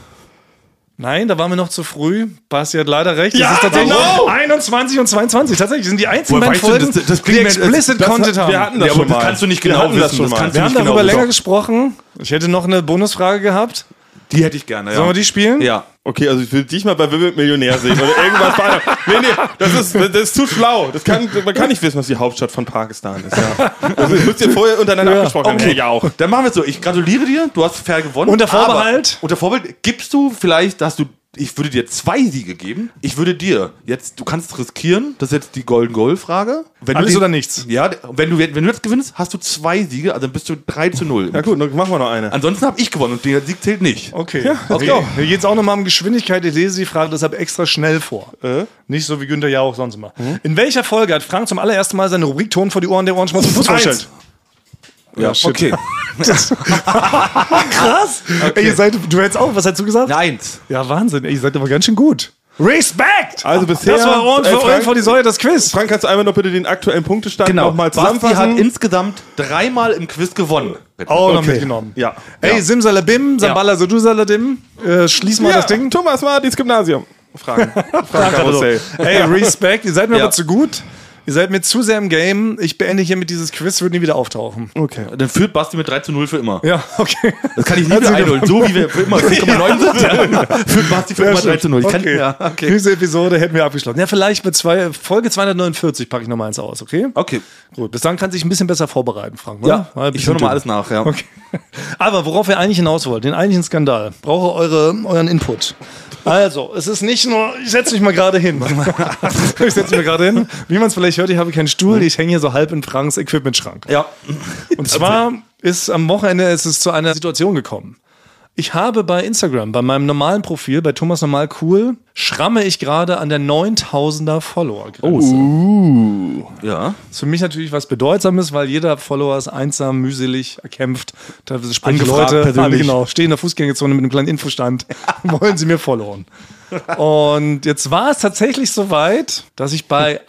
[SPEAKER 2] Nein, da waren wir noch zu früh. Basti hat leider recht.
[SPEAKER 3] Ja, genau!
[SPEAKER 2] 21 und 22. Tatsächlich sind die einzigen
[SPEAKER 1] Woher
[SPEAKER 2] beiden
[SPEAKER 1] weißt du
[SPEAKER 2] Folgen,
[SPEAKER 1] denn, das- das
[SPEAKER 2] die
[SPEAKER 1] klingt mir-
[SPEAKER 2] Explicit
[SPEAKER 3] das-
[SPEAKER 2] Content haben.
[SPEAKER 3] wir hatten das
[SPEAKER 1] Ja, aber
[SPEAKER 3] schon
[SPEAKER 1] das
[SPEAKER 3] mal.
[SPEAKER 1] kannst du nicht
[SPEAKER 3] Wir
[SPEAKER 1] genau
[SPEAKER 3] hatten Das
[SPEAKER 1] wissen,
[SPEAKER 3] schon
[SPEAKER 1] das
[SPEAKER 3] mal.
[SPEAKER 1] kannst
[SPEAKER 2] wir
[SPEAKER 1] du
[SPEAKER 2] haben
[SPEAKER 1] nicht genau
[SPEAKER 2] darüber länger
[SPEAKER 1] gesagt.
[SPEAKER 2] gesprochen. Ich hätte noch eine Bonusfrage gehabt.
[SPEAKER 1] Die hätte ich gerne, ja.
[SPEAKER 2] Sollen wir die spielen?
[SPEAKER 1] Ja.
[SPEAKER 3] Okay, also ich will dich mal bei Wer wird Millionär sehen oder irgendwas bei Nee, nee, das ist, das ist zu schlau. Das kann, man kann nicht wissen, was die Hauptstadt von Pakistan ist. Ja. Also das müsst ihr vorher untereinander abgesprochen haben.
[SPEAKER 1] Okay,
[SPEAKER 3] ja auch.
[SPEAKER 1] Dann machen wir es so. Ich gratuliere dir, du hast fair gewonnen.
[SPEAKER 2] Unter Vorbehalt?
[SPEAKER 1] Aber Unter Vorbehalt gibst du vielleicht, dass du. Ich würde dir zwei Siege geben. Ich würde dir jetzt, du kannst riskieren, das ist jetzt die Golden Goal Frage. Wenn du
[SPEAKER 2] Alles
[SPEAKER 1] den-
[SPEAKER 2] oder nichts?
[SPEAKER 1] Ja, wenn du, wenn du jetzt gewinnst, hast du zwei Siege, also dann bist du 3 zu 0.
[SPEAKER 3] Na gut, dann machen wir noch eine.
[SPEAKER 1] Ansonsten habe ich gewonnen und der Sieg zählt nicht.
[SPEAKER 2] Okay. okay. Hier geht es auch nochmal um Geschwindigkeit. Ich lese die Frage deshalb extra schnell vor. Nicht so wie Günther ja auch sonst immer. In welcher Folge hat Frank zum allerersten Mal seine Rubrik Ton vor die Ohren der Orange Maus und Fuß vorgestellt?
[SPEAKER 3] Ja, shit.
[SPEAKER 1] Okay.
[SPEAKER 2] Krass. Ey, ihr seid, du hättest auch was dazu gesagt?
[SPEAKER 1] Eine Eins.
[SPEAKER 2] Ja, Wahnsinn. Ey, ihr seid aber ganz schön gut. Respekt!
[SPEAKER 3] Also bisher-
[SPEAKER 2] Das war Ohren
[SPEAKER 3] Ey,
[SPEAKER 2] für
[SPEAKER 3] Frank-
[SPEAKER 2] Ohren vor die Säule das Quiz.
[SPEAKER 3] Frank, kannst du einmal noch bitte den aktuellen Punktestand nochmal
[SPEAKER 1] Basti hat
[SPEAKER 3] zusammenfassen?
[SPEAKER 1] insgesamt dreimal im Quiz gewonnen.
[SPEAKER 2] Auch noch
[SPEAKER 3] Okay.
[SPEAKER 2] mitgenommen.
[SPEAKER 3] Ja.
[SPEAKER 2] Ey, Simsalabim, Sambala Sodusaladim. Äh, schließ mal
[SPEAKER 3] ja,
[SPEAKER 2] das Ding.
[SPEAKER 3] Thomas Martis Gymnasium. Fragen. Fragen Karussell.
[SPEAKER 2] Ey, Respekt. Ihr seid mir
[SPEAKER 1] Ja.
[SPEAKER 2] aber zu gut. Ihr seid mir zu sehr im Game. Ich beende hiermit dieses Quiz, wird nie wieder auftauchen.
[SPEAKER 3] Okay.
[SPEAKER 1] Dann führt Basti mit 3 zu 0 für immer.
[SPEAKER 2] Ja, okay.
[SPEAKER 1] Das kann ich nie wieder
[SPEAKER 2] Herzlichen
[SPEAKER 1] einholen. So wie wir für immer 4,9 sind, ja. führt Basti für immer 3 zu 0. Ich kann,
[SPEAKER 2] okay.
[SPEAKER 1] ja, okay.
[SPEAKER 2] Diese Episode hätten wir abgeschlossen. Ja, vielleicht mit zwei, Folge 249 packe ich nochmal eins aus, okay?
[SPEAKER 1] Okay.
[SPEAKER 2] Gut, bis dann kann sich ein bisschen besser vorbereiten, Frank. ne?
[SPEAKER 1] Ja,
[SPEAKER 2] Mal ein
[SPEAKER 1] ich
[SPEAKER 2] bisschen
[SPEAKER 1] höre nochmal
[SPEAKER 2] dünn.
[SPEAKER 1] alles nach, ja.
[SPEAKER 2] Okay. Aber worauf wir eigentlich hinaus wollten, den eigentlichen Skandal, brauche eure, euren Input. Also, es ist nicht nur, ich setze mich mal gerade hin. ich setze mich gerade hin. Wie man es vielleicht hört, ich habe keinen Stuhl, ich hänge hier so halb in Franks Equipmentschrank.
[SPEAKER 1] Ja.
[SPEAKER 2] Und zwar ist am Wochenende ist es zu einer Situation gekommen. Ich habe bei Instagram, bei meinem normalen Profil, bei Thomas Normal Cool, schramme ich gerade an der 9000er Follower.
[SPEAKER 1] Ja.
[SPEAKER 2] Ist für mich natürlich was Bedeutsames, weil jeder Follower ist einsam, mühselig, erkämpft. Teilweise sprechen die
[SPEAKER 1] Angefragt
[SPEAKER 2] Leute,
[SPEAKER 1] persönlich.
[SPEAKER 2] alle genau, stehen in der Fußgängerzone mit einem kleinen Infostand, wollen sie mir followen. Und jetzt war es tatsächlich soweit, dass ich bei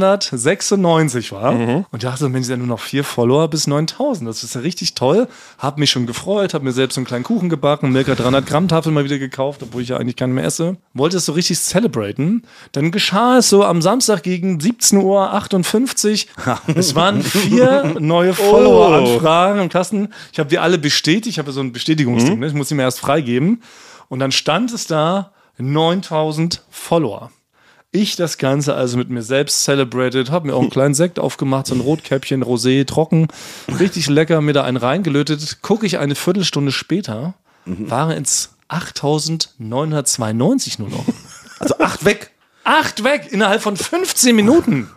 [SPEAKER 2] 8996 war
[SPEAKER 1] Mhm.
[SPEAKER 2] und dachte, Mensch, sind ja nur noch vier Follower bis 9000. Das ist ja richtig toll. Hab mich schon gefreut, hab mir selbst so einen kleinen Kuchen gebacken, Milka 300 Gramm Tafel mal wieder gekauft, obwohl ich ja eigentlich keinen mehr esse. Wollte es so richtig celebraten. Dann geschah es so am Samstag gegen 17.58 Uhr. es waren vier neue Follower-Anfragen im Kasten. Ich habe die alle bestätigt. Ich habe so ein Bestätigungsding. Ne? Ich muss sie mir erst freigeben. Und dann stand es da 9000 Follower. Ich das Ganze also mit mir selbst celebrated, habe mir auch einen kleinen Sekt aufgemacht, so ein Rotkäppchen, Rosé, trocken, richtig lecker, mir da einen reingelötet. Gucke ich eine Viertelstunde später, waren es 8992 nur noch.
[SPEAKER 1] Also 8 weg.
[SPEAKER 2] Acht weg innerhalb von 15 Minuten.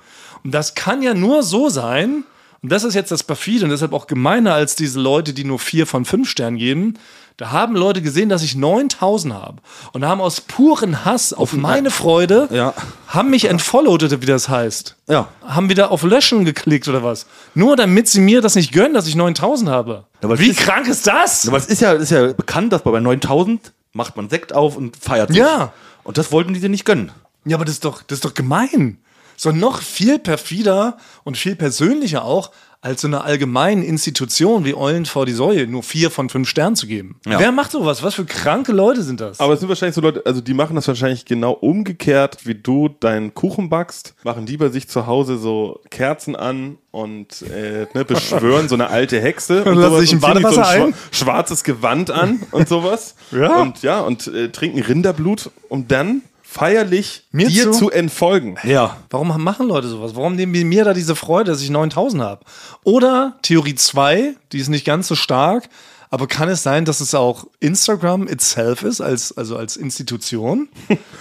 [SPEAKER 2] Und das kann ja nur so sein. Und das ist jetzt das perfide und deshalb auch gemeiner als diese Leute, die nur vier von fünf Sternen geben. Da haben Leute gesehen, dass ich 9000 habe und haben aus puren Hass auf meine Freude,
[SPEAKER 1] Ja.
[SPEAKER 2] haben mich entfollowed, oder wie das heißt.
[SPEAKER 1] Ja.
[SPEAKER 2] Haben wieder auf Löschen geklickt oder was. Nur damit sie mir das nicht gönnen, dass ich 9000 habe.
[SPEAKER 1] Aber
[SPEAKER 2] wie
[SPEAKER 1] es ist-
[SPEAKER 2] krank ist das?
[SPEAKER 1] Aber es ist ja, ist ja bekannt, dass bei 9000 macht man Sekt auf und feiert sich.
[SPEAKER 2] Ja.
[SPEAKER 1] Und das wollten die dir nicht gönnen.
[SPEAKER 2] Ja, aber das ist doch, das ist doch gemein. So noch viel perfider und viel persönlicher auch, als so einer allgemeinen Institution wie Eulen vor die Säule nur vier von fünf Sternen zu geben.
[SPEAKER 1] Ja.
[SPEAKER 2] Wer macht sowas? Was für kranke Leute sind das?
[SPEAKER 3] Aber es sind wahrscheinlich so Leute, also die machen das wahrscheinlich genau umgekehrt, wie du deinen Kuchen backst, machen die bei sich zu Hause so Kerzen an und äh, ne, beschwören so eine alte Hexe und,
[SPEAKER 2] Und lassen sich
[SPEAKER 3] und
[SPEAKER 2] ein
[SPEAKER 3] ziehen die so
[SPEAKER 2] Badewasser ein?
[SPEAKER 3] schwa- schwarzes Gewand an und sowas.
[SPEAKER 2] Ja.
[SPEAKER 3] Und ja, und äh, trinken Rinderblut, um dann feierlich
[SPEAKER 2] Mir
[SPEAKER 3] dir
[SPEAKER 2] zu-
[SPEAKER 3] zu, entfolgen.
[SPEAKER 1] Ja.
[SPEAKER 2] Warum machen Leute sowas? Warum nehmen die mir da diese Freude, dass ich 9000 habe? Oder Theorie 2, die ist nicht ganz so stark, aber kann es sein, dass es auch Instagram itself ist, als, also als Institution?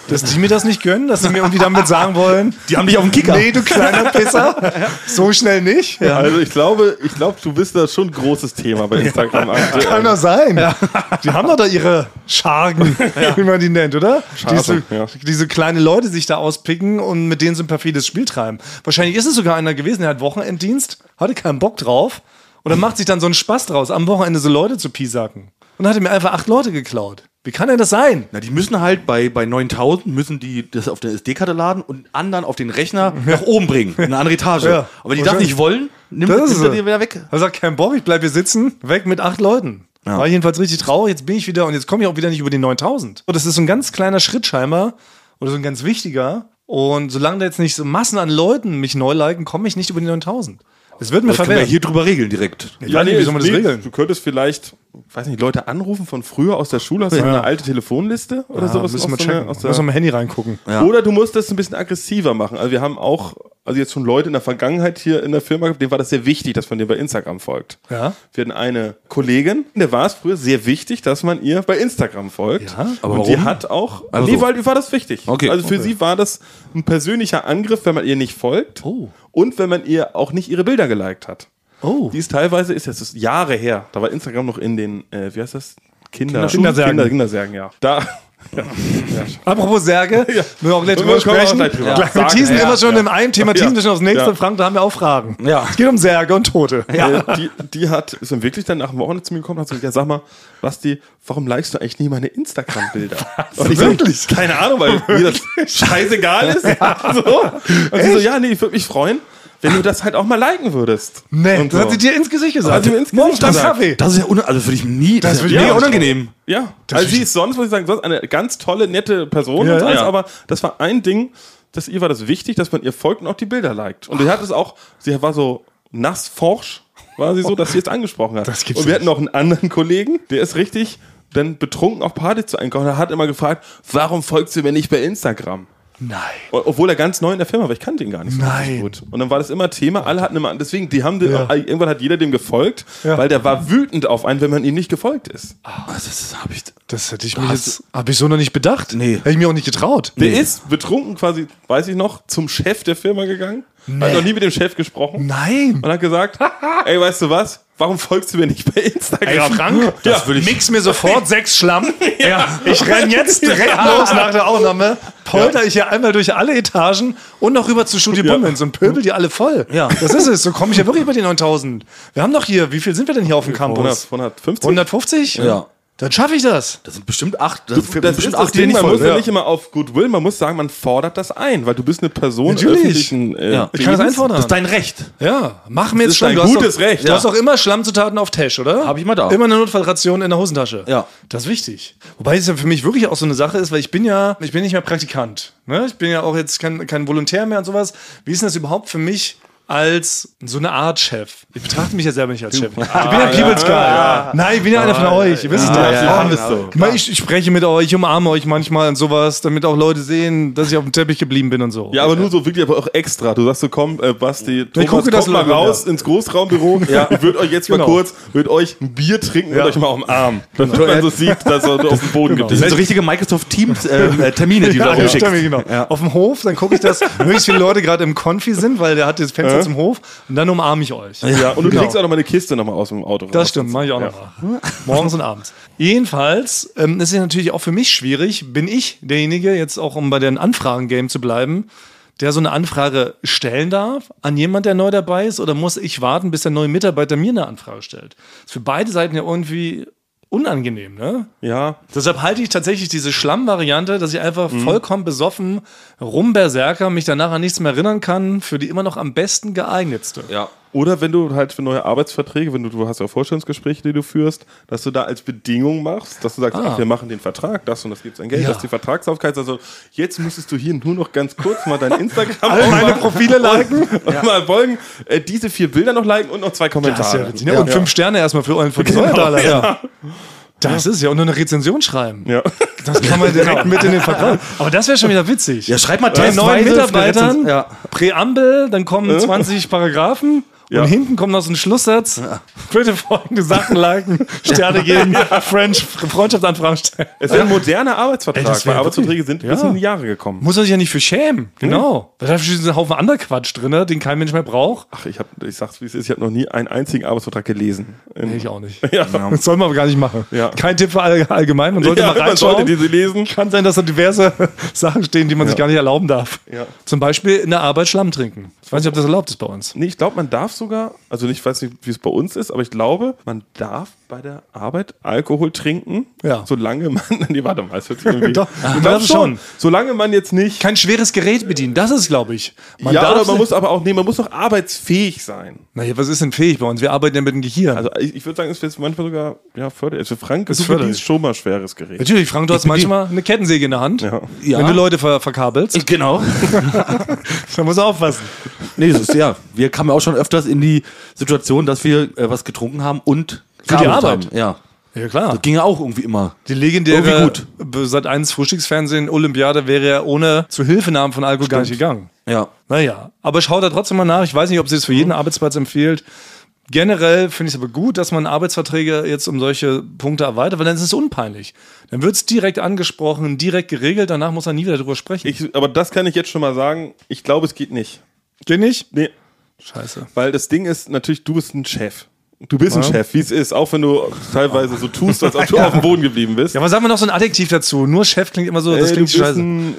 [SPEAKER 2] Dass die mir das nicht gönnen, dass sie mir irgendwie damit sagen wollen,
[SPEAKER 1] Die haben dich auf dem Kicker.
[SPEAKER 2] Nee, du kleiner Pisser. so schnell nicht.
[SPEAKER 3] Also ich glaube, ich glaube, du bist da schon ein großes Thema bei Instagram. aktuell.
[SPEAKER 2] Kann doch sein. Die haben doch da ihre Schargen, wie man die nennt, oder?
[SPEAKER 3] Scharte,
[SPEAKER 2] diese,
[SPEAKER 3] ja.
[SPEAKER 2] diese kleine Leute sich da auspicken und mit denen so ein perfides Spiel treiben. Wahrscheinlich ist es sogar einer gewesen, der hat Wochenenddienst, hatte keinen Bock drauf und dann macht sich dann so einen Spaß draus, am Wochenende so Leute zu piesacken. Und dann hat er mir einfach acht Leute geklaut. Wie kann denn das sein?
[SPEAKER 1] Na, die müssen halt bei, bei 9000 müssen die das auf der SD-Karte laden und anderen auf den Rechner nach oben bringen, in eine andere Etage.
[SPEAKER 2] Ja.
[SPEAKER 1] Aber die das nicht wollen, nimmt
[SPEAKER 2] Das ist
[SPEAKER 1] nimmt er
[SPEAKER 2] so.
[SPEAKER 1] dir wieder weg.
[SPEAKER 2] Er sagt, kein Bock, ich bleib hier sitzen, weg mit acht Leuten.
[SPEAKER 1] Ja.
[SPEAKER 2] War jedenfalls richtig traurig, jetzt bin ich wieder und jetzt komme ich auch wieder nicht über die 9000. Und das ist so ein ganz kleiner Schritt scheinbar oder so ein ganz wichtiger. Und solange da jetzt nicht so Massen an Leuten mich neu liken, komme ich nicht über die 9000. Das wird mir
[SPEAKER 1] Das können wir
[SPEAKER 2] verwehrt.
[SPEAKER 1] hier drüber regeln direkt.
[SPEAKER 2] Ja, nee, wie soll man das regeln?
[SPEAKER 3] Du könntest vielleicht, ich weiß nicht, Leute anrufen von früher aus der Schule, hast du eine alte Telefonliste oder sowas?
[SPEAKER 2] müssen wir
[SPEAKER 3] aus so einer-
[SPEAKER 2] checken.
[SPEAKER 3] aus
[SPEAKER 2] Müssen
[SPEAKER 3] der-
[SPEAKER 2] wir mal Handy reingucken.
[SPEAKER 3] Oder du musst das ein bisschen aggressiver machen. Also wir haben auch, also jetzt schon Leute in der Vergangenheit hier in der Firma gehabt, denen war das sehr wichtig, dass man dir bei Instagram folgt.
[SPEAKER 2] Ja.
[SPEAKER 3] Wir hatten eine Kollegin, der war es früher sehr wichtig, dass man ihr bei Instagram folgt.
[SPEAKER 2] Ja,
[SPEAKER 1] aber
[SPEAKER 3] Und die
[SPEAKER 1] warum?
[SPEAKER 3] hat auch,
[SPEAKER 1] Also
[SPEAKER 3] nee,
[SPEAKER 1] so.
[SPEAKER 3] weil ihr war das wichtig.
[SPEAKER 1] Okay,
[SPEAKER 3] Also für
[SPEAKER 1] okay.
[SPEAKER 3] sie war das ein persönlicher Angriff, wenn man ihr nicht folgt
[SPEAKER 2] Oh.
[SPEAKER 3] und wenn man ihr auch nicht ihre Bilder geliked hat.
[SPEAKER 2] Oh.
[SPEAKER 3] Die ist teilweise, ist jetzt ist Jahre her. Da war Instagram noch in den, äh, wie heißt das? Kinder,
[SPEAKER 2] Kinderschuhen?
[SPEAKER 3] Kinder, Kindersärgen, ja. Da
[SPEAKER 2] Apropos Särge, müssen wir auch gleich
[SPEAKER 3] Wir
[SPEAKER 2] drüber
[SPEAKER 3] können auch
[SPEAKER 2] sprechen.
[SPEAKER 3] gleich drüber
[SPEAKER 2] Ja. Wir
[SPEAKER 3] sagen,
[SPEAKER 2] teasen
[SPEAKER 3] ja,
[SPEAKER 2] immer schon in einem Thema, teasen wir schon aufs nächste.
[SPEAKER 3] Ja.
[SPEAKER 2] Frank, da haben wir auch Fragen.
[SPEAKER 1] Ja.
[SPEAKER 2] Es geht um Särge und Tote.
[SPEAKER 3] Äh, Die, die hat, ist dann wirklich dann nach dem Wochenende zu mir gekommen und hat so gesagt, sag mal, Basti, warum likest du eigentlich nie meine Instagram-Bilder? Und ich so,
[SPEAKER 2] Wirklich?
[SPEAKER 3] Keine Ahnung, weil mir das scheißegal ist. So. Und sie so, ja, nee, ich würde mich freuen, wenn du das halt auch mal liken würdest.
[SPEAKER 2] Nee,
[SPEAKER 3] und
[SPEAKER 2] das hat sie dir ins Gesicht gesagt.
[SPEAKER 3] Hat sie mir ins
[SPEAKER 2] Morgens
[SPEAKER 3] Gesicht
[SPEAKER 2] beim
[SPEAKER 3] gesagt.
[SPEAKER 2] Kaffee.
[SPEAKER 1] Das ist ja un also das würde ich nie, das,
[SPEAKER 2] würde
[SPEAKER 1] ist
[SPEAKER 2] ich
[SPEAKER 1] mega
[SPEAKER 2] auch nicht
[SPEAKER 1] unangenehm.
[SPEAKER 3] Ja, also sie ist sonst, muss ich sagen, sonst eine ganz tolle, nette Person
[SPEAKER 2] Ja,
[SPEAKER 3] und alles,
[SPEAKER 2] ja.
[SPEAKER 3] aber das war ein Ding, dass ihr war das wichtig, dass man ihr folgt und auch die Bilder liked. Und sie hat es auch, sie war so nass forsch, war sie so, dass sie es angesprochen hat.
[SPEAKER 2] Das gibt's
[SPEAKER 3] und wir
[SPEAKER 2] nicht.
[SPEAKER 3] hatten noch einen anderen Kollegen, der ist richtig dann betrunken auf Party zu einkaufen. Er hat immer gefragt, warum folgst du mir nicht bei Instagram?
[SPEAKER 2] Nein.
[SPEAKER 3] O- Obwohl er ganz neu in der Firma war, ich kannte ihn gar nicht so richtig
[SPEAKER 2] Nein.
[SPEAKER 3] gut. Und dann war das immer Thema, alle hatten immer, deswegen, die haben, den,
[SPEAKER 2] Ja.
[SPEAKER 3] irgendwann hat jeder dem gefolgt,
[SPEAKER 2] Ja.
[SPEAKER 3] weil der war wütend auf einen, wenn man ihm nicht gefolgt ist.
[SPEAKER 1] Also das habe ich
[SPEAKER 2] Das hätte ich mir jetzt, habe ich so noch nicht bedacht.
[SPEAKER 1] Nee.
[SPEAKER 2] Hätte ich mir auch nicht getraut.
[SPEAKER 3] Der ist betrunken quasi, weiß ich noch, zum Chef der Firma gegangen. Hat noch nie mit dem Chef gesprochen.
[SPEAKER 2] Nein.
[SPEAKER 3] Und hat gesagt, ey, weißt du was? Warum folgst du mir nicht bei Instagram?
[SPEAKER 2] Ey, Frank,
[SPEAKER 3] Ja.
[SPEAKER 2] das würde ich mix mir sofort sechs Schlamm. ja. Ich renn jetzt direkt los nach der Aufnahme, polter ich hier einmal durch alle Etagen und noch rüber zu Studio Bummens und pöbel die alle voll.
[SPEAKER 1] Ja.
[SPEAKER 2] Das ist es. So komme ich ja wirklich über die 9000. Wir haben doch hier, wie viel sind wir denn hier auf dem
[SPEAKER 3] 100,
[SPEAKER 2] Campus?
[SPEAKER 3] 150?
[SPEAKER 2] 150?
[SPEAKER 1] Ja.
[SPEAKER 2] Dann schaffe ich das.
[SPEAKER 1] Das sind bestimmt acht, das, sind
[SPEAKER 3] Das
[SPEAKER 1] bestimmt
[SPEAKER 3] ist das
[SPEAKER 1] die
[SPEAKER 3] Ding,
[SPEAKER 1] nicht
[SPEAKER 3] man muss
[SPEAKER 1] folgen.
[SPEAKER 3] ja.
[SPEAKER 1] Ja.
[SPEAKER 3] nicht immer auf Goodwill, man muss sagen, man fordert das ein, weil du bist eine Person
[SPEAKER 2] Natürlich.
[SPEAKER 3] öffentlichen äh,
[SPEAKER 1] Ja.
[SPEAKER 2] Ich kann das
[SPEAKER 3] Lebens.
[SPEAKER 2] einfordern.
[SPEAKER 1] Das ist dein Recht.
[SPEAKER 2] Ja, mach mir jetzt
[SPEAKER 3] ist
[SPEAKER 2] Schlamm.
[SPEAKER 3] ein
[SPEAKER 2] Du hast
[SPEAKER 3] gutes
[SPEAKER 2] doch,
[SPEAKER 3] Recht,
[SPEAKER 2] Du
[SPEAKER 3] ja.
[SPEAKER 2] hast auch immer Schlammzutaten auf Tash, oder?
[SPEAKER 1] Hab ich immer da.
[SPEAKER 2] Immer eine Notfallration in der Hosentasche.
[SPEAKER 1] Ja.
[SPEAKER 2] Das ist wichtig. Wobei es ja für mich wirklich auch so eine Sache ist, weil ich bin ja, ich bin nicht mehr Praktikant. Ne? Ich bin ja auch jetzt kein, kein Volontär mehr und sowas. Wie ist denn das überhaupt für mich als so eine Art Chef? Ich betrachte mich ja selber nicht als Chef. Ich bin ja People's Guy. Nein, ich bin ja einer von euch. Ihr wisst es doch.
[SPEAKER 3] ja, ja, bist du.
[SPEAKER 2] Ich meine, Ich, ich spreche mit euch, ich umarme euch manchmal und sowas, damit auch Leute sehen, dass ich auf dem Teppich geblieben bin und so.
[SPEAKER 3] Ja, aber nur so wirklich, aber auch extra. Du sagst so, komm, äh, Basti, Thomas,
[SPEAKER 2] gucke das
[SPEAKER 3] kommt mal
[SPEAKER 2] Logo,
[SPEAKER 3] raus ins Großraumbüro. Ich würde euch jetzt mal
[SPEAKER 2] Genau.
[SPEAKER 3] kurz, würde euch ein Bier trinken und euch mal auf den Arm. Damit man so sieht, dass er so auf den Boden
[SPEAKER 2] Genau.
[SPEAKER 1] Das sind
[SPEAKER 3] geblieben
[SPEAKER 1] so
[SPEAKER 3] ist.
[SPEAKER 1] richtige Microsoft Teams äh, äh, Termine, die du da
[SPEAKER 2] Ja,
[SPEAKER 1] rumschickst.
[SPEAKER 2] stimmt, genau. Auf dem Hof, dann gucke ich, dass möglichst viele Leute gerade im Konfi sind, weil der hat das Fenster zum Hof und dann umarme ich euch.
[SPEAKER 3] Ja, und du
[SPEAKER 2] Genau.
[SPEAKER 3] kriegst auch noch mal eine Kiste noch mal aus dem Auto
[SPEAKER 2] Das stimmt, mache ich auch noch mal. Morgens und abends. Jedenfalls ähm, ist es natürlich auch für mich schwierig, bin ich derjenige, jetzt auch um bei den Anfragen-Game zu bleiben, der so eine Anfrage stellen darf an jemand, der neu dabei ist, oder muss ich warten, bis der neue Mitarbeiter mir eine Anfrage stellt? ist für beide Seiten ja irgendwie unangenehm, ne?
[SPEAKER 3] Ja,
[SPEAKER 2] Deshalb halte ich tatsächlich diese Schlamm-Variante, dass ich einfach
[SPEAKER 1] Mhm.
[SPEAKER 2] vollkommen besoffen rumberserker, mich danach an nichts mehr erinnern kann, für die immer noch am besten geeignetste.
[SPEAKER 1] Ja.
[SPEAKER 3] Oder wenn du halt für neue Arbeitsverträge, wenn du, du hast ja Vorstellungsgespräche, die du führst, dass du da als Bedingung machst, dass du sagst, ach, wir machen den Vertrag, das und das gibt's ein Geld,
[SPEAKER 2] Ah. Ja.
[SPEAKER 3] das ist die Vertragsaufgabe. Also jetzt müsstest du hier nur noch ganz kurz mal dein Instagram
[SPEAKER 2] Alle meine
[SPEAKER 3] aufmachen
[SPEAKER 2] Profile liken.
[SPEAKER 3] und, und mal folgen, äh, diese vier Bilder noch liken und noch zwei
[SPEAKER 2] Das ist ja
[SPEAKER 3] Kommentare.
[SPEAKER 2] witzig, ne? Und fünf Sterne erstmal für euren von Säuertaler. Ja. Das ist ja, und nur eine Rezension schreiben.
[SPEAKER 3] ja.
[SPEAKER 2] Das kann man direkt mit in den Verkauf. Aber das wäre schon wieder witzig.
[SPEAKER 1] Ja, schreib mal
[SPEAKER 2] Bei neuen
[SPEAKER 1] testweise eine
[SPEAKER 2] Mitarbeitern,
[SPEAKER 1] Rezension. Ja. Äh.
[SPEAKER 2] Präambel, dann kommen 20 Paragraphen. Und hinten kommt noch so ein Schlusssatz. Bitte folgende Sachen liken, Sterne geben, French, Freundschaftsanfragen stellen.
[SPEAKER 3] Es ist ein moderner Arbeitsvertrag,
[SPEAKER 2] Ey, das wär
[SPEAKER 3] weil Arbeitsverträge sind
[SPEAKER 2] Ja.
[SPEAKER 3] bis in die Jahre gekommen.
[SPEAKER 2] Muss er sich ja nicht für
[SPEAKER 3] Hm.
[SPEAKER 2] schämen. Genau. Da ist ein Haufen anderer Quatsch drin, ne, den kein Mensch mehr braucht.
[SPEAKER 3] Ach, ich, hab, ich sag's wie es ist, ich habe noch nie einen einzigen Arbeitsvertrag gelesen.
[SPEAKER 2] Nee, ich auch nicht.
[SPEAKER 3] Ja,
[SPEAKER 2] Das soll man aber gar nicht machen.
[SPEAKER 3] Ja.
[SPEAKER 2] Kein Tipp für all- allgemein. Man sollte
[SPEAKER 3] ja
[SPEAKER 2] mal
[SPEAKER 3] man
[SPEAKER 2] reinschauen.
[SPEAKER 3] sollte diese lesen.
[SPEAKER 2] Kann sein, dass da diverse Sachen stehen, die man sich gar nicht erlauben darf.
[SPEAKER 3] Ja.
[SPEAKER 2] Zum Beispiel in der Arbeit Schlamm trinken. Ich weiß nicht, ob das erlaubt ist bei uns.
[SPEAKER 3] Nee, ich glaube, man darf sogar, also ich weiß nicht, wie es bei uns ist, aber ich glaube, man darf bei der Arbeit Alkohol trinken,
[SPEAKER 2] Ja.
[SPEAKER 3] solange man, nee, warte mal, es wird irgendwie,
[SPEAKER 2] Doch,
[SPEAKER 3] ich
[SPEAKER 2] man
[SPEAKER 3] glaub
[SPEAKER 2] darf schon.
[SPEAKER 3] solange man jetzt nicht,
[SPEAKER 2] Kein schweres Gerät bedienen, das ist, glaube ich. Man
[SPEAKER 3] ja,
[SPEAKER 2] darf
[SPEAKER 3] oder man
[SPEAKER 2] sich-
[SPEAKER 3] muss aber auch, nee, man muss noch arbeitsfähig sein.
[SPEAKER 2] Naja, was ist denn fähig bei uns? Wir arbeiten ja mit dem Gehirn.
[SPEAKER 3] Also ich, ich würde sagen, es ist manchmal sogar, ja, förderlich. Also Frank,
[SPEAKER 2] Ist
[SPEAKER 3] du
[SPEAKER 2] förderlich.
[SPEAKER 3] bedienst schon mal schweres Gerät.
[SPEAKER 2] Natürlich, Frank, du hast manchmal eine Kettensäge in der Hand.
[SPEAKER 1] Ja.
[SPEAKER 2] Wenn du Leute ver verkabelst,
[SPEAKER 1] Genau.
[SPEAKER 2] dann musst du aufpassen.
[SPEAKER 1] Nee, das ist, ja. Wir kamen auch schon öfters in die Situation, dass wir äh, was getrunken haben und
[SPEAKER 2] Für die
[SPEAKER 1] gearbeitet
[SPEAKER 2] Arbeit.
[SPEAKER 1] Haben. Ja.
[SPEAKER 2] Ja, klar.
[SPEAKER 1] Das ging ja auch irgendwie immer.
[SPEAKER 2] Die legendäre
[SPEAKER 1] Irgendwie
[SPEAKER 2] seit eins Frühstücksfernsehen Olympiade wäre ja ohne Zuhilfenahmen von Alkohol gar nicht gegangen.
[SPEAKER 1] Ja.
[SPEAKER 2] Naja, aber schaut da trotzdem mal nach. Ich weiß nicht, ob sie es für
[SPEAKER 3] Mhm.
[SPEAKER 2] jeden Arbeitsplatz empfiehlt. Generell finde ich es aber gut, dass man Arbeitsverträge jetzt um solche Punkte erweitert, weil dann ist es unpeinlich. Dann wird es direkt angesprochen, direkt geregelt, danach muss man nie wieder drüber sprechen.
[SPEAKER 3] Ich, aber das kann ich jetzt schon mal sagen, ich glaube, es geht nicht.
[SPEAKER 2] Geh nicht?
[SPEAKER 3] Nee,
[SPEAKER 2] Scheiße.
[SPEAKER 3] weil das Ding ist, natürlich, du bist ein Chef. Du bist ein Chef, wie es ist, auch wenn du teilweise so tust, als ob du auf dem Boden geblieben bist.
[SPEAKER 2] Ja, aber sag mal noch so ein Adjektiv dazu. Nur Chef klingt immer so, das
[SPEAKER 3] Ey,
[SPEAKER 2] klingt scheiße.
[SPEAKER 3] ein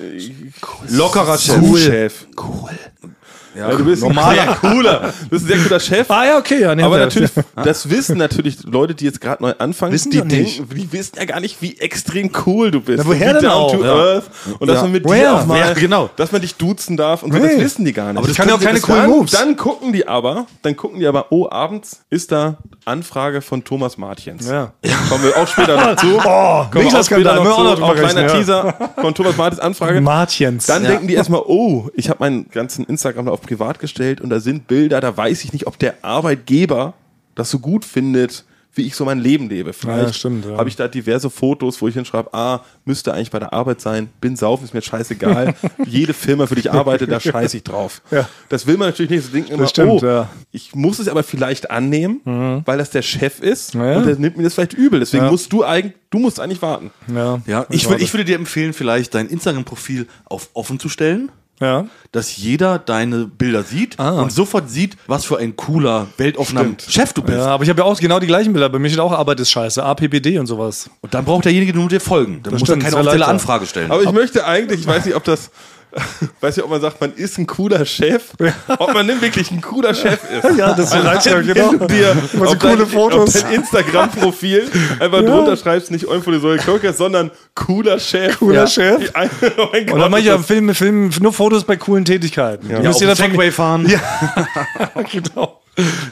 [SPEAKER 1] Lockerer
[SPEAKER 3] cool.
[SPEAKER 1] Chef.
[SPEAKER 3] Chef. Cool. Ja, du bist normaler, ein sehr cooler. Du bist ein sehr guter Chef.
[SPEAKER 2] Ah ja, okay, ja. nee,
[SPEAKER 3] aber
[SPEAKER 2] ja.
[SPEAKER 3] natürlich, das wissen natürlich Leute, die jetzt gerade neu anfangen,
[SPEAKER 1] Wissen die
[SPEAKER 3] die,
[SPEAKER 1] nicht.
[SPEAKER 3] denken- die wissen ja gar nicht, wie extrem cool du bist.
[SPEAKER 2] Na, woher
[SPEAKER 3] und wie
[SPEAKER 2] denn
[SPEAKER 3] down
[SPEAKER 2] auch?
[SPEAKER 3] to
[SPEAKER 2] Ja.
[SPEAKER 3] earth. Und dass
[SPEAKER 1] Ja.
[SPEAKER 3] man mit
[SPEAKER 2] Woher?
[SPEAKER 3] dir auch mal,
[SPEAKER 1] Ja, genau.
[SPEAKER 3] dass man dich duzen darf und so, das
[SPEAKER 2] Nee.
[SPEAKER 3] wissen die gar nicht.
[SPEAKER 1] Aber das
[SPEAKER 2] kann ja auch keine coolen
[SPEAKER 3] dann,
[SPEAKER 2] Moves.
[SPEAKER 3] Dann gucken die aber, dann gucken die aber, oh, abends ist da Anfrage von Thomas Martjens.
[SPEAKER 2] Ja.
[SPEAKER 3] Kommen wir auch später noch zu.
[SPEAKER 2] Oh,
[SPEAKER 3] Kommen wir auch später
[SPEAKER 2] Winkler-Skandal,
[SPEAKER 3] noch
[SPEAKER 2] müssen wir auch noch
[SPEAKER 3] zu.
[SPEAKER 2] drüber
[SPEAKER 3] Auch kleiner
[SPEAKER 2] reden, ja.
[SPEAKER 3] Teaser von Thomas Martins Anfrage.
[SPEAKER 2] Martjens.
[SPEAKER 3] Dann denken die erstmal, oh, ich habe meinen ganzen Instagram da auf privat gestellt und da sind Bilder, da weiß ich nicht, ob der Arbeitgeber das so gut findet, wie ich so mein Leben lebe. Vielleicht
[SPEAKER 2] Ja, stimmt, ja.
[SPEAKER 3] habe ich da diverse Fotos, wo ich hinschreibe, ah, müsste eigentlich bei der Arbeit sein, bin saufen, ist mir scheißegal. Jede Firma, für die ich arbeite, da scheiße ich drauf.
[SPEAKER 2] Ja.
[SPEAKER 3] Das will man natürlich nicht. So denken immer,
[SPEAKER 2] stimmt,
[SPEAKER 3] oh,
[SPEAKER 2] ja. Mhm.
[SPEAKER 3] ich muss es aber vielleicht annehmen, weil das der Chef ist
[SPEAKER 2] Ja.
[SPEAKER 3] und der nimmt mir das vielleicht übel. Deswegen
[SPEAKER 2] Ja.
[SPEAKER 3] musst du eigentlich, du musst eigentlich warten.
[SPEAKER 2] Ja.
[SPEAKER 1] Ja, ich, würd, ich würde dir empfehlen, vielleicht dein Instagram-Profil auf offen zu stellen,
[SPEAKER 2] Ja.
[SPEAKER 1] dass jeder deine Bilder sieht und sofort sieht, was für ein cooler, weltoffener Chef du bist.
[SPEAKER 2] Ja, aber ich habe ja auch genau die gleichen Bilder. Bei mir steht auch Arbeit ist scheiße, APBD und sowas.
[SPEAKER 1] Und dann braucht derjenige nur dir folgen. Dann muss er
[SPEAKER 2] stimmt,
[SPEAKER 1] keine
[SPEAKER 2] sehr
[SPEAKER 1] offizielle
[SPEAKER 2] leichter.
[SPEAKER 1] Anfrage stellen.
[SPEAKER 3] Aber ich möchte eigentlich, ich weiß nicht, ob das, weiß nicht, ob man sagt, man ist ein cooler Chef, ob man denn wirklich ein cooler Chef ist.
[SPEAKER 2] Ja, das reicht ja
[SPEAKER 3] Wenn du dir
[SPEAKER 2] Immer so
[SPEAKER 3] auf
[SPEAKER 2] coole
[SPEAKER 3] dein,
[SPEAKER 2] Fotos.
[SPEAKER 3] auf dein Instagram-Profil einfach drunter schreibst, nicht Eulen von der Säule Kirkers, sondern cooler Chef.
[SPEAKER 2] Cooler Chef.
[SPEAKER 3] Ja, oh mein
[SPEAKER 2] Und
[SPEAKER 3] Gott,
[SPEAKER 2] dann mache ich ja
[SPEAKER 3] ist
[SPEAKER 2] Film, Film, nur Fotos bei coolen Tätigkeiten. Ja,
[SPEAKER 1] ja, auf den Segway fahren.
[SPEAKER 2] genau.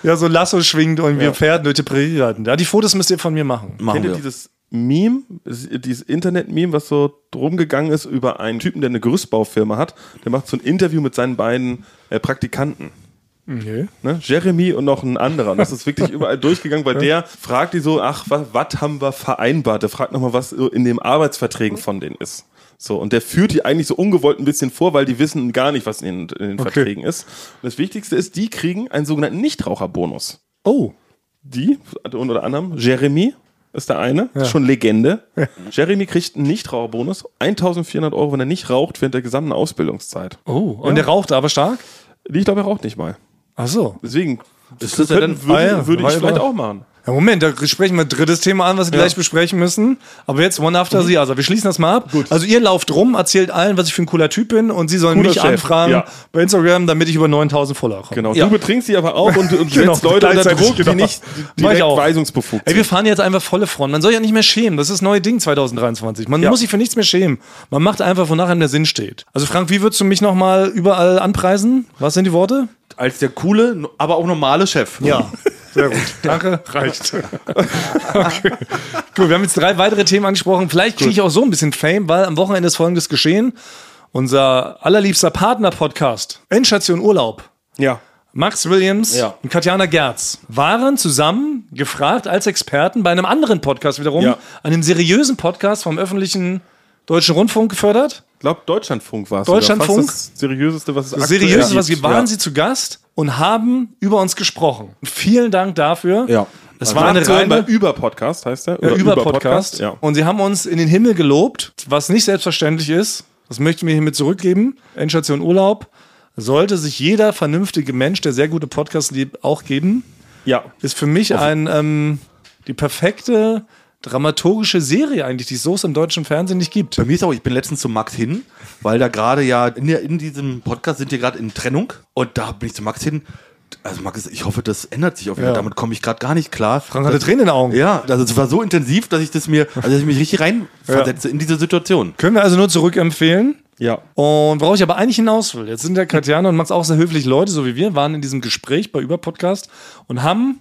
[SPEAKER 2] Ja, so Lasso schwingt und wir Pferden durch die Prärie reiten. Ja, die Fotos müsst ihr von mir machen.
[SPEAKER 3] das-
[SPEAKER 1] Machen
[SPEAKER 3] kennt ihr
[SPEAKER 1] wir.
[SPEAKER 3] dieses Meme, dieses Internet-Meme, was so rumgegangen ist über einen Typen, der eine Gerüstbaufirma hat, der macht so ein Interview mit seinen beiden äh, Praktikanten.
[SPEAKER 2] Okay.
[SPEAKER 3] ne? Jeremy und noch ein anderer. Und das ist wirklich überall durchgegangen, weil der fragt die so, ach, was, was haben wir vereinbart? Der fragt nochmal, was so in den Arbeitsverträgen von denen ist. So, und der führt die eigentlich so ungewollt ein bisschen vor, weil die wissen gar nicht, was in, den- in den Verträgen ist. Und das Wichtigste ist, die kriegen einen sogenannten Nichtraucherbonus.
[SPEAKER 2] Oh.
[SPEAKER 3] Die, also unter anderem, Jeremy ist der eine, ist schon Legende. Jeremy kriegt einen Nichtraucherbonus, 1400 Euro, wenn er nicht raucht während der gesamten Ausbildungszeit.
[SPEAKER 2] Oh. Und der raucht aber stark?
[SPEAKER 3] Ich glaube, er raucht nicht mal.
[SPEAKER 2] Ach so.
[SPEAKER 3] Deswegen
[SPEAKER 1] Ist das ja
[SPEAKER 3] könnten-
[SPEAKER 1] dann-
[SPEAKER 3] würde,
[SPEAKER 2] Ah ja,
[SPEAKER 3] würde ich
[SPEAKER 2] weil-
[SPEAKER 3] vielleicht auch machen.
[SPEAKER 2] Ja, Moment, da sprechen wir ein drittes Thema an, was wir gleich besprechen müssen. Aber jetzt One After Sie. Also wir schließen das mal ab. Also ihr lauft rum, erzählt allen, was ich für ein cooler Typ bin und sie sollen
[SPEAKER 3] Cooler
[SPEAKER 2] mich
[SPEAKER 3] Chef,
[SPEAKER 2] anfragen
[SPEAKER 3] ja.
[SPEAKER 2] bei Instagram, damit ich über 9000 Follower komme.
[SPEAKER 3] Genau,
[SPEAKER 1] Ja.
[SPEAKER 3] du betrinkst sie aber auch und, und
[SPEAKER 2] Genau,
[SPEAKER 3] setzt Leute unter
[SPEAKER 2] gleichzeitig,
[SPEAKER 3] Druck, die
[SPEAKER 2] genau.
[SPEAKER 3] nicht
[SPEAKER 2] Mach ich
[SPEAKER 3] direkt
[SPEAKER 2] auch.
[SPEAKER 3] weisungsbefugt
[SPEAKER 2] Ey, wir
[SPEAKER 3] sind.
[SPEAKER 2] fahren jetzt einfach volle Front. Man soll ja nicht mehr schämen. Das ist das neue Ding 2023. Man muss sich für nichts mehr schämen. Man macht einfach, wonach einem der Sinn steht. Also Frank, wie würdest du mich nochmal überall anpreisen? Was sind die Worte?
[SPEAKER 1] Als der coole, aber auch normale Chef.
[SPEAKER 2] Sehr gut. Danke. Reicht. okay. Gut, wir haben jetzt drei weitere Themen angesprochen. Vielleicht kriege ich auch so ein bisschen Fame, weil am Wochenende ist folgendes geschehen. Unser allerliebster Partner-Podcast, Endstation Urlaub,
[SPEAKER 3] Ja.
[SPEAKER 2] Max Williams
[SPEAKER 1] Ja.
[SPEAKER 2] und Katjana Gerz waren zusammen gefragt als Experten bei einem anderen Podcast wiederum,
[SPEAKER 3] Ja.
[SPEAKER 2] einem seriösen Podcast vom öffentlichen Deutschen Rundfunk gefördert.
[SPEAKER 3] Ich glaube, Deutschlandfunk war es.
[SPEAKER 2] Deutschlandfunk?
[SPEAKER 3] sogar. Fast Das seriöseste, was es aktuell
[SPEAKER 2] Seriös, was
[SPEAKER 3] gibt.
[SPEAKER 2] wir waren
[SPEAKER 3] Ja.
[SPEAKER 2] sie zu Gast und haben über uns gesprochen. Vielen Dank dafür.
[SPEAKER 1] Ja.
[SPEAKER 2] Das war eine
[SPEAKER 3] Nachzuhören
[SPEAKER 2] reine
[SPEAKER 3] Also bei Über-Podcast, heißt der?
[SPEAKER 2] Ja, über
[SPEAKER 3] Über-Podcast,
[SPEAKER 2] Podcast.
[SPEAKER 3] Ja.
[SPEAKER 2] Und sie haben uns in den Himmel gelobt, was nicht selbstverständlich ist. Das möchte ich mir hiermit zurückgeben. Endstation Urlaub. Sollte sich jeder vernünftige Mensch, der sehr gute Podcasts liebt, auch geben.
[SPEAKER 3] ja.
[SPEAKER 2] Ist für mich ein, ähm, die perfekte dramaturgische Serie eigentlich, die es so im deutschen Fernsehen nicht gibt.
[SPEAKER 1] Bei mir ist auch, ich bin letztens zu Max hin, weil da gerade ja in, der, in diesem Podcast sind wir gerade in Trennung und da bin ich zu Max hin. Also Max, ich hoffe, das ändert sich auf jeden Fall.
[SPEAKER 2] Ja.
[SPEAKER 1] Damit komme ich gerade gar nicht klar.
[SPEAKER 2] Frank hatte Tränen in den Augen.
[SPEAKER 1] Ja, also es war so intensiv, dass ich das mir, also dass ich mich richtig reinversetze in diese Situation.
[SPEAKER 2] Können wir also nur zurückempfehlen.
[SPEAKER 3] Ja.
[SPEAKER 2] Und worauf ich aber eigentlich hinaus will, jetzt sind ja Katjana und Max auch sehr höflich Leute, so wie wir, waren in diesem Gespräch bei Überpodcast und haben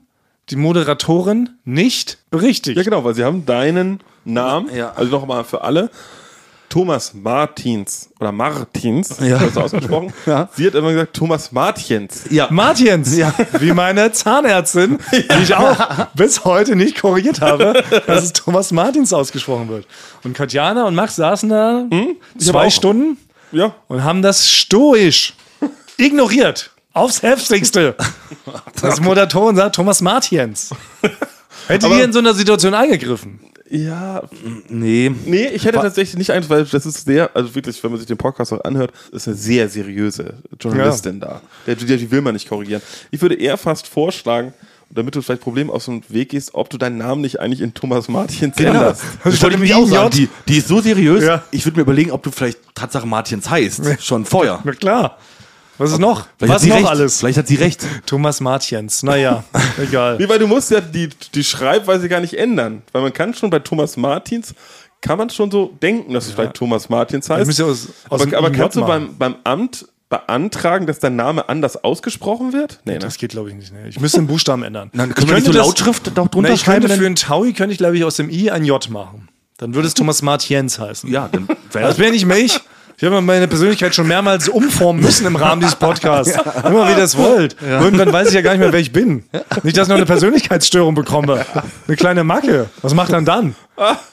[SPEAKER 2] die Moderatorin nicht berichtigt.
[SPEAKER 3] ja, genau, weil sie haben deinen Namen,
[SPEAKER 1] Ja.
[SPEAKER 3] also nochmal für alle, Thomas Martins oder Martins, ja. hast du ausgesprochen.
[SPEAKER 1] Ja.
[SPEAKER 3] Sie hat immer gesagt, Thomas Martjens.
[SPEAKER 1] Ja,
[SPEAKER 2] Martins, wie meine Zahnärztin, die ich auch bis heute nicht korrigiert habe, dass es Thomas Martins ausgesprochen wird. Und Katjana und Max saßen da
[SPEAKER 1] Hm?
[SPEAKER 2] zwei Stunden
[SPEAKER 3] Ja.
[SPEAKER 2] und haben das stoisch ignoriert. Aufs Heftigste. Das Moderatorin sagt Thomas Martins. Hätte ihr in so einer Situation eingegriffen?
[SPEAKER 3] Ja,
[SPEAKER 1] nee.
[SPEAKER 3] Nee, ich hätte tatsächlich nicht eins, weil das ist sehr, also wirklich, wenn man sich den Podcast auch anhört, ist eine sehr seriöse Journalistin da. Der, die, die will man nicht korrigieren. Ich würde eher fast vorschlagen, damit du vielleicht Problem aus dem Weg gehst, ob du deinen Namen nicht eigentlich in Thomas Martins
[SPEAKER 1] Genau.
[SPEAKER 3] änderst.
[SPEAKER 1] Das wollte ich mich
[SPEAKER 2] Statt
[SPEAKER 1] auch sagen.
[SPEAKER 2] IJ.
[SPEAKER 1] Die, die ist so seriös.
[SPEAKER 2] Ja.
[SPEAKER 1] Ich würde mir überlegen, ob du vielleicht Tatsache Martins heißt. Schon vorher.
[SPEAKER 2] Na klar. Was ist noch?
[SPEAKER 1] Vielleicht
[SPEAKER 2] Was
[SPEAKER 1] hat sie
[SPEAKER 2] noch
[SPEAKER 1] recht.
[SPEAKER 2] alles?
[SPEAKER 1] Vielleicht hat sie recht.
[SPEAKER 2] Thomas Martjens. Naja, egal.
[SPEAKER 3] Nee, weil du musst ja die, die Schreibweise gar nicht ändern. Weil man kann schon bei Thomas Martins, kann man schon so denken, dass es vielleicht Thomas Martins heißt.
[SPEAKER 2] müsst ihr aus- aus dem
[SPEAKER 3] aber aber
[SPEAKER 2] IJ
[SPEAKER 3] kannst du
[SPEAKER 2] machen.
[SPEAKER 3] beim, beim Amt beantragen, dass dein Name anders ausgesprochen wird? Nee, ne?
[SPEAKER 2] Das geht, glaube ich, nicht. Ne? Ich müsste den Buchstaben ändern.
[SPEAKER 1] Dann
[SPEAKER 2] Ich
[SPEAKER 1] können wir nicht
[SPEAKER 2] könnte
[SPEAKER 1] so
[SPEAKER 2] das-
[SPEAKER 1] Lautschrift doch drunter
[SPEAKER 2] Na, ich
[SPEAKER 1] schreiben.
[SPEAKER 2] könnte für
[SPEAKER 1] dann-
[SPEAKER 2] einen Taui, könnte ich, glaube ich, aus dem I ein J machen. Dann würde es Thomas Martjens heißen.
[SPEAKER 1] ja, dann wäre
[SPEAKER 2] Das bin ich mich. Ich habe meine Persönlichkeit schon mehrmals umformen müssen im Rahmen dieses Podcasts. Immer wie ihr das wollt. Irgendwann weiß ich ja gar nicht mehr, wer ich bin. Nicht, dass ich noch eine Persönlichkeitsstörung bekomme. Eine kleine Macke. Was macht man dann?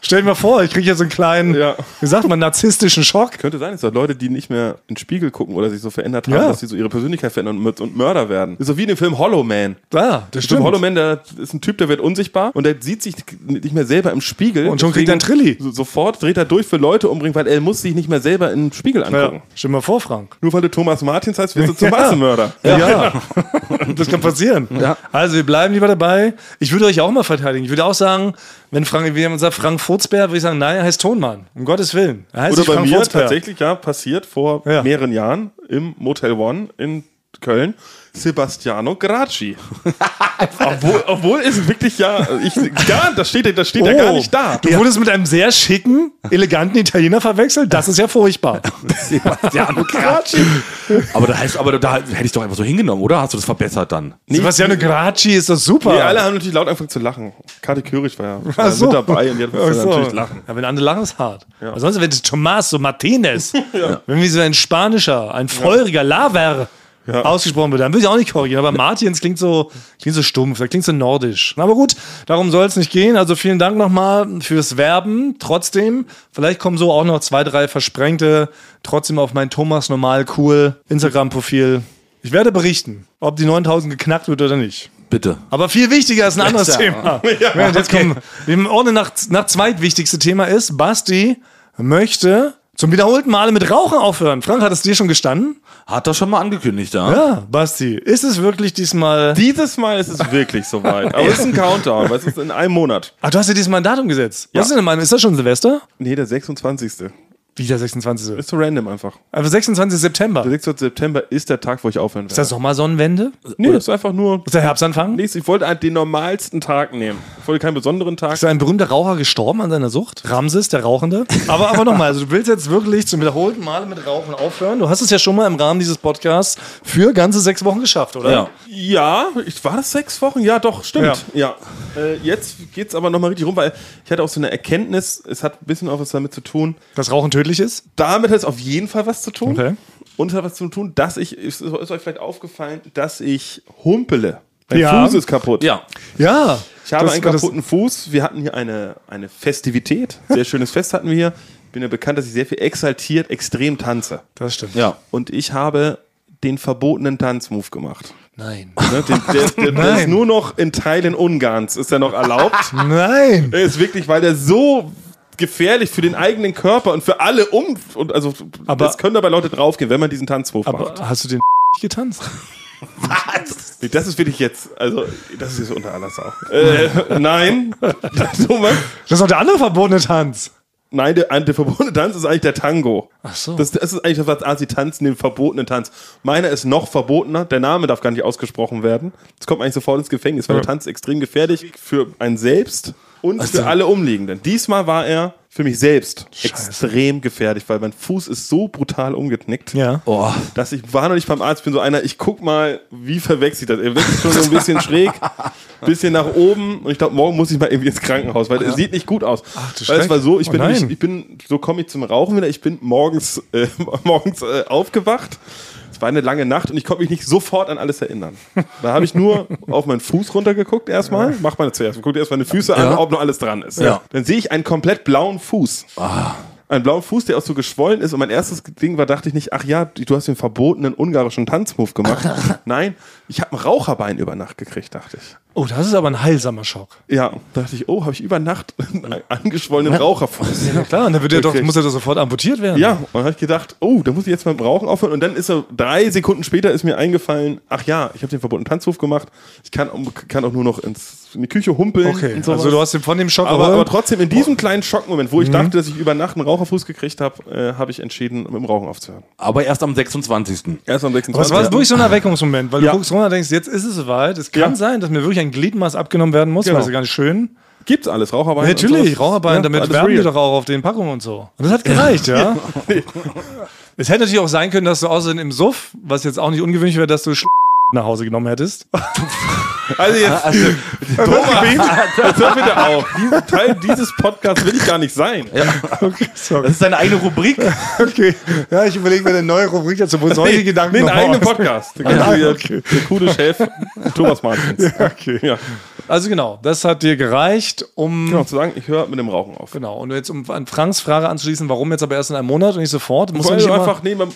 [SPEAKER 2] Stell dir mal vor, ich kriege jetzt so einen kleinen,
[SPEAKER 3] Ja.
[SPEAKER 2] wie sagt man, narzisstischen Schock.
[SPEAKER 3] Könnte sein, dass da Leute, die nicht mehr in den Spiegel gucken oder sich so verändert haben,
[SPEAKER 2] Ja.
[SPEAKER 3] dass sie so ihre Persönlichkeit verändern und, mit- und Mörder werden. Ist so wie in dem Film Hollow Man.
[SPEAKER 2] Ah, das stimmt.
[SPEAKER 3] Hollow Man, der ist ein Typ, der wird unsichtbar und der sieht sich nicht mehr selber im Spiegel.
[SPEAKER 2] Und schon kriegt er einen
[SPEAKER 3] Deswegen
[SPEAKER 2] Trilli.
[SPEAKER 3] so- Sofort dreht er durch für Leute umbringen, weil er muss sich nicht mehr selber im Spiegel
[SPEAKER 2] Ja.
[SPEAKER 3] angucken.
[SPEAKER 2] Stell dir mal vor, Frank.
[SPEAKER 3] Nur weil du Thomas Martins heißt, wirst du zum Massenmörder.
[SPEAKER 2] Ja. das kann passieren. Also wir bleiben lieber dabei. Ich würde euch auch mal verteidigen. Ich würde auch sagen, wenn Frank, wenn jemand sagt Frank Furzbär, würde ich sagen, nein, er heißt Tonmann. Um Gottes Willen. Er heißt
[SPEAKER 3] Oder
[SPEAKER 2] nicht
[SPEAKER 3] bei
[SPEAKER 2] Frank
[SPEAKER 3] mir
[SPEAKER 2] Furzbär.
[SPEAKER 3] tatsächlich ja passiert vor
[SPEAKER 2] Ja.
[SPEAKER 3] mehreren Jahren im Motel One in Köln. Sebastiano Gracci. obwohl, obwohl ist wirklich ja, ich, gar, das steht, das steht ja gar nicht da.
[SPEAKER 2] Oh, Du wurdest mit einem sehr schicken, eleganten Italiener verwechselt. Das ist ja furchtbar.
[SPEAKER 1] Sebastiano Gracci. aber da, heißt, aber da hätte ich doch einfach so hingenommen, oder? Hast du das verbessert dann?
[SPEAKER 2] Sebastiano Gracci ist das super.
[SPEAKER 3] Nee, alle haben natürlich laut angefangen zu lachen. Kati Körig war ja war
[SPEAKER 2] Ach so.
[SPEAKER 3] mit dabei und die hat
[SPEAKER 2] Ach so.
[SPEAKER 3] natürlich lachen.
[SPEAKER 2] Ja, wenn andere lachen, ist hart. Aber sonst, wenn es Tomas so Martinez, wenn wie so ein spanischer, ein feuriger Laver ausgesprochen wird, dann will ich auch nicht korrigieren. Aber Martins klingt so, klingt so stumpf, das klingt so nordisch. Aber gut, darum soll es nicht gehen. Also vielen Dank nochmal fürs Werben. Trotzdem, vielleicht kommen so auch noch zwei, drei Versprengte trotzdem auf mein Thomas Normal Cool Instagram-Profil. Ich werde berichten, ob die 9000 geknackt wird oder nicht.
[SPEAKER 1] Bitte.
[SPEAKER 2] Aber viel wichtiger ist ein anderes
[SPEAKER 1] Ja.
[SPEAKER 2] Thema. Ja, jetzt kommen wir ohne nach, nach zweitwichtigste Thema ist, Basti möchte zum wiederholten Male mit Rauchen aufhören. Frank, hat es dir schon gestanden?
[SPEAKER 1] Hat er schon mal angekündigt, ja?
[SPEAKER 2] Ja, Basti, ist es wirklich diesmal...
[SPEAKER 3] Dieses Mal ist es wirklich soweit. Aber es ist ein Countdown, weil es ist in einem Monat.
[SPEAKER 2] Ach, ah, du hast dir diesmal ein Datum gesetzt.
[SPEAKER 3] Ja.
[SPEAKER 2] Was ist denn, Mann? Ist das schon Silvester?
[SPEAKER 3] Nee, der 26.
[SPEAKER 2] Wie der 26.
[SPEAKER 3] Ist so random einfach.
[SPEAKER 2] Also 26. September.
[SPEAKER 3] Der
[SPEAKER 2] Ist
[SPEAKER 3] 6. September ist der Tag, wo ich aufhören werde.
[SPEAKER 2] das Sommersonnenwende?
[SPEAKER 3] nee, das ist einfach nur.
[SPEAKER 2] Ist der Herbstanfang?
[SPEAKER 3] Nichts. Ich wollte halt den normalsten Tag nehmen. Ich wollte keinen besonderen Tag.
[SPEAKER 2] Ist ein berühmter Raucher gestorben an seiner Sucht? Ramses, der Rauchende. Aber, aber nochmal, also du willst jetzt wirklich zum wiederholten Male mit Rauchen aufhören. Du hast es ja schon mal im Rahmen dieses Podcasts für ganze sechs Wochen geschafft, oder?
[SPEAKER 1] Ja.
[SPEAKER 3] Ja, ich, war das sechs Wochen? Ja, doch, stimmt. Ja. Äh, jetzt geht's aber nochmal richtig rum, weil ich hatte auch so eine Erkenntnis, es hat ein bisschen auch was damit zu tun,
[SPEAKER 2] Dass Rauchen tödlich ist?
[SPEAKER 3] damit hat es auf jeden Fall was zu tun.
[SPEAKER 2] Okay.
[SPEAKER 3] Und es hat was zu tun, dass ich, ist, ist euch vielleicht aufgefallen, dass ich humpele. Mein
[SPEAKER 2] Ja.
[SPEAKER 3] Fuß ist kaputt.
[SPEAKER 1] Ja.
[SPEAKER 2] Ja.
[SPEAKER 3] Ich habe
[SPEAKER 2] Das-
[SPEAKER 3] einen
[SPEAKER 2] das-
[SPEAKER 3] kaputten Fuß. Wir hatten hier eine, eine Festivität. Sehr schönes Fest hatten wir hier. Ich bin ja bekannt, dass ich sehr viel exaltiert, extrem tanze.
[SPEAKER 2] Das stimmt.
[SPEAKER 1] Ja.
[SPEAKER 3] Und ich habe den verbotenen Tanzmove gemacht.
[SPEAKER 2] Nein.
[SPEAKER 3] Ne, den, der, der, der ist
[SPEAKER 2] Nein.
[SPEAKER 3] nur noch in Teilen Ungarns, ist er noch erlaubt.
[SPEAKER 2] Nein.
[SPEAKER 3] Er ist wirklich, weil der so gefährlich für den eigenen Körper und für alle um und also
[SPEAKER 2] Aber-
[SPEAKER 3] es können dabei Leute draufgehen, wenn man diesen Tanzmove
[SPEAKER 2] Aber
[SPEAKER 3] macht.
[SPEAKER 2] hast du den getanzt?
[SPEAKER 3] Nee, Das ist wirklich jetzt, also das ist jetzt unter aller Sau. Äh, nein, Thomas,
[SPEAKER 2] Das ist doch der andere verbotene Tanz.
[SPEAKER 3] nein, der, der verbotene Tanz ist eigentlich der Tango.
[SPEAKER 2] Ach so.
[SPEAKER 3] Das, das ist eigentlich das, was Asi tanzen, den verbotenen Tanz. Meiner ist noch verbotener. Der Name darf gar nicht ausgesprochen werden. Das kommt man eigentlich sofort ins Gefängnis, weil der Tanz extrem gefährlich für einen selbst und
[SPEAKER 2] Also
[SPEAKER 3] für alle Umliegenden. Diesmal war er für mich selbst extrem gefährlich, weil mein Fuß ist so brutal umgeknickt.
[SPEAKER 2] Ja.
[SPEAKER 1] Oh.
[SPEAKER 3] Dass ich war noch nicht beim Arzt, bin so einer, ich guck mal, wie verwechselt das. Er wirkt schon so ein bisschen schräg, bisschen nach oben. Und ich glaube, morgen muss ich mal irgendwie ins Krankenhaus, weil es sieht nicht gut aus. Ach,
[SPEAKER 2] du
[SPEAKER 3] weil es
[SPEAKER 2] Schreck.
[SPEAKER 3] war so, ich
[SPEAKER 2] Oh
[SPEAKER 3] bin,
[SPEAKER 2] nein.
[SPEAKER 3] ich, ich bin, so komme ich zum Rauchen wieder. Ich bin morgens, äh, morgens äh, aufgewacht. Es war eine lange Nacht und ich konnte mich nicht sofort an alles erinnern. Da habe ich nur auf meinen Fuß runtergeguckt erstmal. Macht man das zuerst. Man guckt erst meine Füße an, ob noch alles dran ist.
[SPEAKER 1] Ja.
[SPEAKER 3] Dann sehe ich einen komplett blauen Fuß. einen blauen Fuß, der auch so geschwollen ist. Und mein erstes Ding war, dachte ich nicht, ach ja, du hast den verbotenen ungarischen Tanzmove gemacht. Nein, ich habe ein Raucherbein über Nacht gekriegt, dachte ich.
[SPEAKER 2] Oh, das ist aber ein heilsamer Schock.
[SPEAKER 3] Ja, dachte ich, oh, habe ich über Nacht einen angeschwollenen Raucherfuß.
[SPEAKER 2] Ja, klar, und dann wird ja doch,
[SPEAKER 3] Wirklich.
[SPEAKER 2] muss ja doch sofort amputiert werden.
[SPEAKER 3] Ja, und habe ich gedacht, oh, da muss ich jetzt mit dem Rauchen aufhören. Und dann ist er drei Sekunden später ist mir eingefallen, ach ja, ich habe den verbotenen Tanzhof gemacht. Ich kann, kann auch nur noch ins, in die Küche humpeln.
[SPEAKER 2] Okay,
[SPEAKER 3] und sowas.
[SPEAKER 2] also du hast den von dem Schock Mhm.
[SPEAKER 3] aber,
[SPEAKER 2] erholt.
[SPEAKER 3] aber trotzdem in diesem kleinen Schockmoment, wo ich dachte, dass ich über Nacht einen Raucherfuß gekriegt habe, äh, habe ich entschieden, mit dem Rauchen aufzuhören.
[SPEAKER 1] Aber erst am 26.
[SPEAKER 3] Erst am
[SPEAKER 2] Aber
[SPEAKER 3] 26.
[SPEAKER 2] es war wirklich so ein Erweckungsmoment, weil
[SPEAKER 3] Ja.
[SPEAKER 2] du guckst runter und denkst, jetzt ist es soweit. Es kann
[SPEAKER 3] Ja.
[SPEAKER 2] sein, dass mir wirklich ein Gliedmaß abgenommen werden muss,
[SPEAKER 3] Genau.
[SPEAKER 2] weil es ist gar nicht schön.
[SPEAKER 3] Gibt's alles, Raucherbein. und
[SPEAKER 2] Natürlich,
[SPEAKER 3] sowas.
[SPEAKER 2] Raucherbein,
[SPEAKER 3] Ja,
[SPEAKER 2] damit
[SPEAKER 3] alles
[SPEAKER 2] werben die
[SPEAKER 3] real.
[SPEAKER 2] doch auch auf den Packungen und so. Und das hat gereicht, ja. es hätte natürlich auch sein können, dass du außerdem im Suff, was jetzt auch nicht ungewöhnlich wäre, dass du Sch- nach Hause genommen hättest.
[SPEAKER 3] Also
[SPEAKER 2] Ah,
[SPEAKER 3] jetzt, Thomas, jetzt hör bitte auf. Diese, Teil dieses Podcasts will ich gar nicht sein.
[SPEAKER 2] Okay, sorry.
[SPEAKER 1] Das ist deine eigene Rubrik.
[SPEAKER 2] Okay. Ja, ich überlege mir eine neue Rubrik dazu, wo solche Gedanken
[SPEAKER 3] Nee,
[SPEAKER 2] noch
[SPEAKER 3] einen eigenen
[SPEAKER 2] raus- Ah,
[SPEAKER 3] Podcast. Ja, okay. Der coole Chef Thomas Martins. Okay. Ja.
[SPEAKER 2] Also genau, das hat dir gereicht, um
[SPEAKER 3] Genau, zu sagen, ich höre mit dem Rauchen auf.
[SPEAKER 2] Genau, und jetzt um an Franks Frage anzuschließen, warum jetzt aber erst in einem Monat und nicht sofort, muss
[SPEAKER 3] Weil
[SPEAKER 2] man nicht
[SPEAKER 3] du
[SPEAKER 2] immer-
[SPEAKER 3] einfach, nee, man,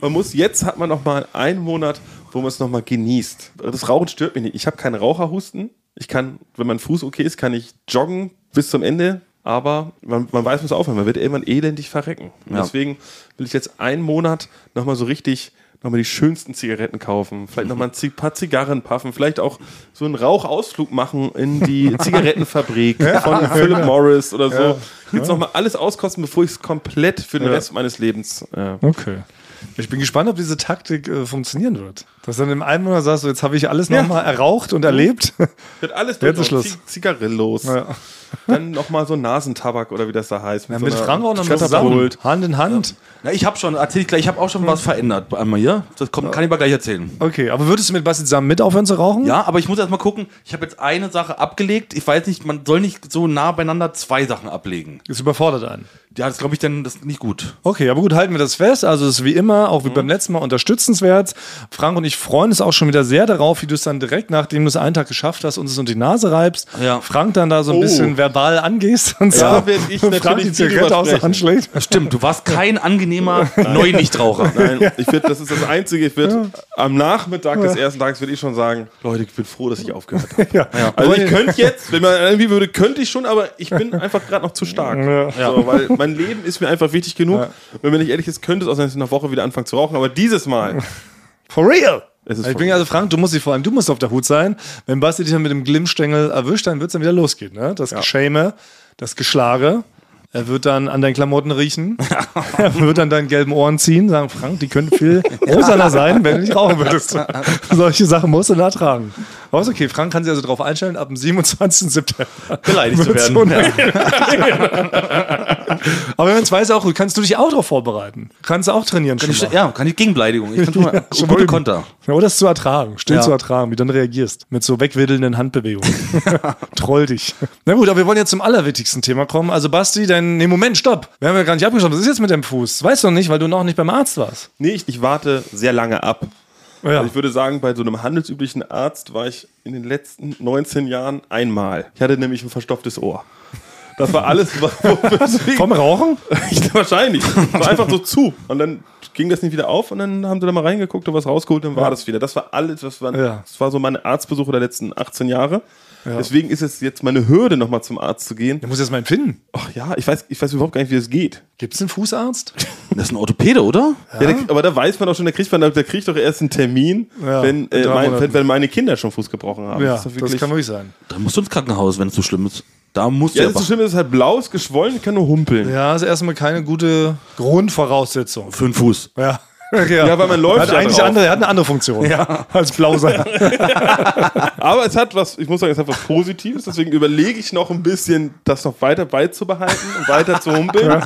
[SPEAKER 3] man muss, jetzt hat man nochmal einen Monat, wo man es nochmal genießt. Das Rauchen stört mich nicht. Ich habe keinen Raucherhusten. Ich kann, wenn mein Fuß okay ist, kann ich joggen bis zum Ende. Aber man, man weiß, man muss aufhören. Man wird irgendwann elendig verrecken. Und
[SPEAKER 1] Ja.
[SPEAKER 3] Deswegen will ich jetzt einen Monat nochmal so richtig nochmal die schönsten Zigaretten kaufen, vielleicht nochmal ein Zi- paar Zigarren puffen, vielleicht auch so einen Rauchausflug machen in die Zigarettenfabrik von Philip Morris oder so. Jetzt nochmal alles auskosten, bevor ich es komplett für den Rest meines Lebens äh,
[SPEAKER 2] Okay. Ich bin gespannt, ob diese Taktik äh, funktionieren wird. Dass dann im einen Monat sagst du, jetzt habe ich alles
[SPEAKER 3] Ja.
[SPEAKER 2] nochmal erraucht und erlebt.
[SPEAKER 3] Wird alles
[SPEAKER 2] Jetzt ist
[SPEAKER 3] durch.
[SPEAKER 2] Schluss.
[SPEAKER 3] Zig- Zigarillos.
[SPEAKER 2] Ja.
[SPEAKER 3] Dann nochmal so Nasentabak oder wie das da heißt.
[SPEAKER 2] Mit
[SPEAKER 3] so einer
[SPEAKER 2] Frank auch nochmal zusammen.
[SPEAKER 3] Katapult.
[SPEAKER 2] Hand in Hand.
[SPEAKER 1] Na, ich habe schon, erzähl ich gleich, ich habe auch schon was verändert. Einmal hier. Das kommt, kann ich aber gleich erzählen.
[SPEAKER 2] Okay, aber würdest du mit Basti zusammen mit aufhören zu rauchen?
[SPEAKER 1] Ja, aber ich muss erst mal gucken. Ich habe jetzt eine Sache abgelegt. Ich weiß nicht, man soll nicht so nah beieinander zwei Sachen ablegen.
[SPEAKER 2] Das überfordert einen.
[SPEAKER 1] Ja, das glaube ich dann das ist nicht gut.
[SPEAKER 2] Okay, aber gut, halten wir das fest. Also es ist wie immer, auch wie beim letzten Mal, unterstützenswert. Frank und ich freuen uns auch schon wieder sehr darauf, wie du es dann direkt, nachdem du es einen Tag geschafft hast, uns es um die Nase reibst.
[SPEAKER 1] Ja.
[SPEAKER 2] Frank dann da so ein
[SPEAKER 3] Oh.
[SPEAKER 2] bisschen verbal angehst und
[SPEAKER 3] Ja,
[SPEAKER 2] so.
[SPEAKER 3] werd ich
[SPEAKER 2] Frank
[SPEAKER 3] natürlich
[SPEAKER 2] die
[SPEAKER 3] viel
[SPEAKER 2] Zigarette
[SPEAKER 3] drüber
[SPEAKER 2] aus der Hand schlägt.
[SPEAKER 1] Stimmt, du warst kein angenehmer Neunichtraucher.
[SPEAKER 3] Nein, ich werd, das ist das Einzige. Ich werde am Nachmittag des ersten Tages würde ich schon sagen, Leute, ich bin froh, dass ich aufgehört habe.
[SPEAKER 2] Ja.
[SPEAKER 3] Also ich könnte jetzt, wenn man irgendwie würde, könnte ich schon, aber ich bin einfach gerade noch zu stark. So, weil mein Leben ist mir einfach wichtig genug. Wenn man nicht ehrlich ist, könnte es auch sein, dass ich nach Woche wieder anfangen zu rauchen. Aber dieses Mal,
[SPEAKER 2] For real!
[SPEAKER 3] es ist
[SPEAKER 2] ich bin also Frank, du musst dich vor allem, du musst auf der Hut sein. Wenn Basti dich dann mit dem Glimmstängel erwischt, dann wird es dann wieder losgehen. Ne? Das Geschäme, das Geschlage. Er wird dann an deinen Klamotten riechen. er wird an deinen gelben Ohren ziehen, sagen, Frank, die könnten viel rosaner sein, wenn du nicht rauchen würdest. Solche Sachen musst du da tragen. Aber ist okay, Frank kann sich also darauf einstellen, ab dem 27. September
[SPEAKER 1] Beleidigt zu
[SPEAKER 2] wird's
[SPEAKER 1] werden.
[SPEAKER 2] Aber wenn man es weiß, auch, gut, kannst du dich auch darauf vorbereiten. Kannst du auch trainieren schon
[SPEAKER 1] Ich,
[SPEAKER 2] mal.
[SPEAKER 1] ja, kann ich Gegenbeleidigung. Ich kann schon mal
[SPEAKER 2] Schon mal
[SPEAKER 1] gute
[SPEAKER 2] üben.
[SPEAKER 1] Konter.
[SPEAKER 2] Ja, oder es zu ertragen, still
[SPEAKER 1] Ja.
[SPEAKER 2] zu ertragen, wie du dann reagierst. Mit so wegwiddelnden Handbewegungen. Troll dich. Na gut, aber wir wollen jetzt zum allerwichtigsten Thema kommen. Also Basti, dein, nee, Moment, stopp. Wir haben ja gar nicht abgestimmt. Was ist jetzt mit deinem Fuß? Weißt du noch nicht, weil du noch nicht beim Arzt warst.
[SPEAKER 3] Nee, ich, ich warte sehr lange ab.
[SPEAKER 2] Ja.
[SPEAKER 3] Also ich würde sagen, bei so einem handelsüblichen Arzt war ich in den letzten 19 Jahren einmal. Ich hatte nämlich ein verstopftes Ohr. Das war alles.
[SPEAKER 2] Vom
[SPEAKER 3] Vom
[SPEAKER 2] Rauchen?
[SPEAKER 3] Wahrscheinlich. War einfach so zu. Und dann ging das nicht wieder auf und dann haben sie da mal reingeguckt und was rausgeholt, dann war das wieder. Das war alles, das war,
[SPEAKER 2] Ja.
[SPEAKER 3] das war so meine Arztbesuche der letzten 18 Jahre. Deswegen ist es jetzt meine Hürde, nochmal zum Arzt zu gehen.
[SPEAKER 2] Der muss jetzt mal empfinden.
[SPEAKER 3] Ach ja, ich weiß, ich weiß überhaupt gar nicht, wie es geht.
[SPEAKER 2] Gibt es einen Fußarzt?
[SPEAKER 1] Das ist ein Orthopäde, oder?
[SPEAKER 3] Ja, der, aber da weiß man doch schon, der kriegt, man, der kriegt doch erst einen Termin,
[SPEAKER 2] Ja,
[SPEAKER 3] wenn,
[SPEAKER 2] in
[SPEAKER 3] äh,
[SPEAKER 2] drei
[SPEAKER 3] mein,
[SPEAKER 2] Monaten.
[SPEAKER 3] wenn, wenn meine Kinder schon Fuß gebrochen haben.
[SPEAKER 2] Ja,
[SPEAKER 3] ist doch
[SPEAKER 2] das, kann wirklich sein.
[SPEAKER 1] Dann musst du ins Krankenhaus, wenn es so schlimm ist. Da musst du
[SPEAKER 3] ja,
[SPEAKER 1] ja,
[SPEAKER 3] das ist so
[SPEAKER 1] aber
[SPEAKER 3] schlimm, es ist halt blau, ist geschwollen, ich kann nur humpeln.
[SPEAKER 2] Ja, ist erstmal keine gute Grundvoraussetzung.
[SPEAKER 1] für den Fuß.
[SPEAKER 2] Ja.
[SPEAKER 3] Ja, weil man läuft
[SPEAKER 2] hat
[SPEAKER 3] ja
[SPEAKER 2] eigentlich
[SPEAKER 3] drauf.
[SPEAKER 2] andere, er hat eine andere Funktion ja. als blau sein.
[SPEAKER 3] Aber es hat was, ich muss sagen, es hat was Positives, deswegen überlege ich noch ein bisschen, das noch weiter beizubehalten und weiter zu humpeln.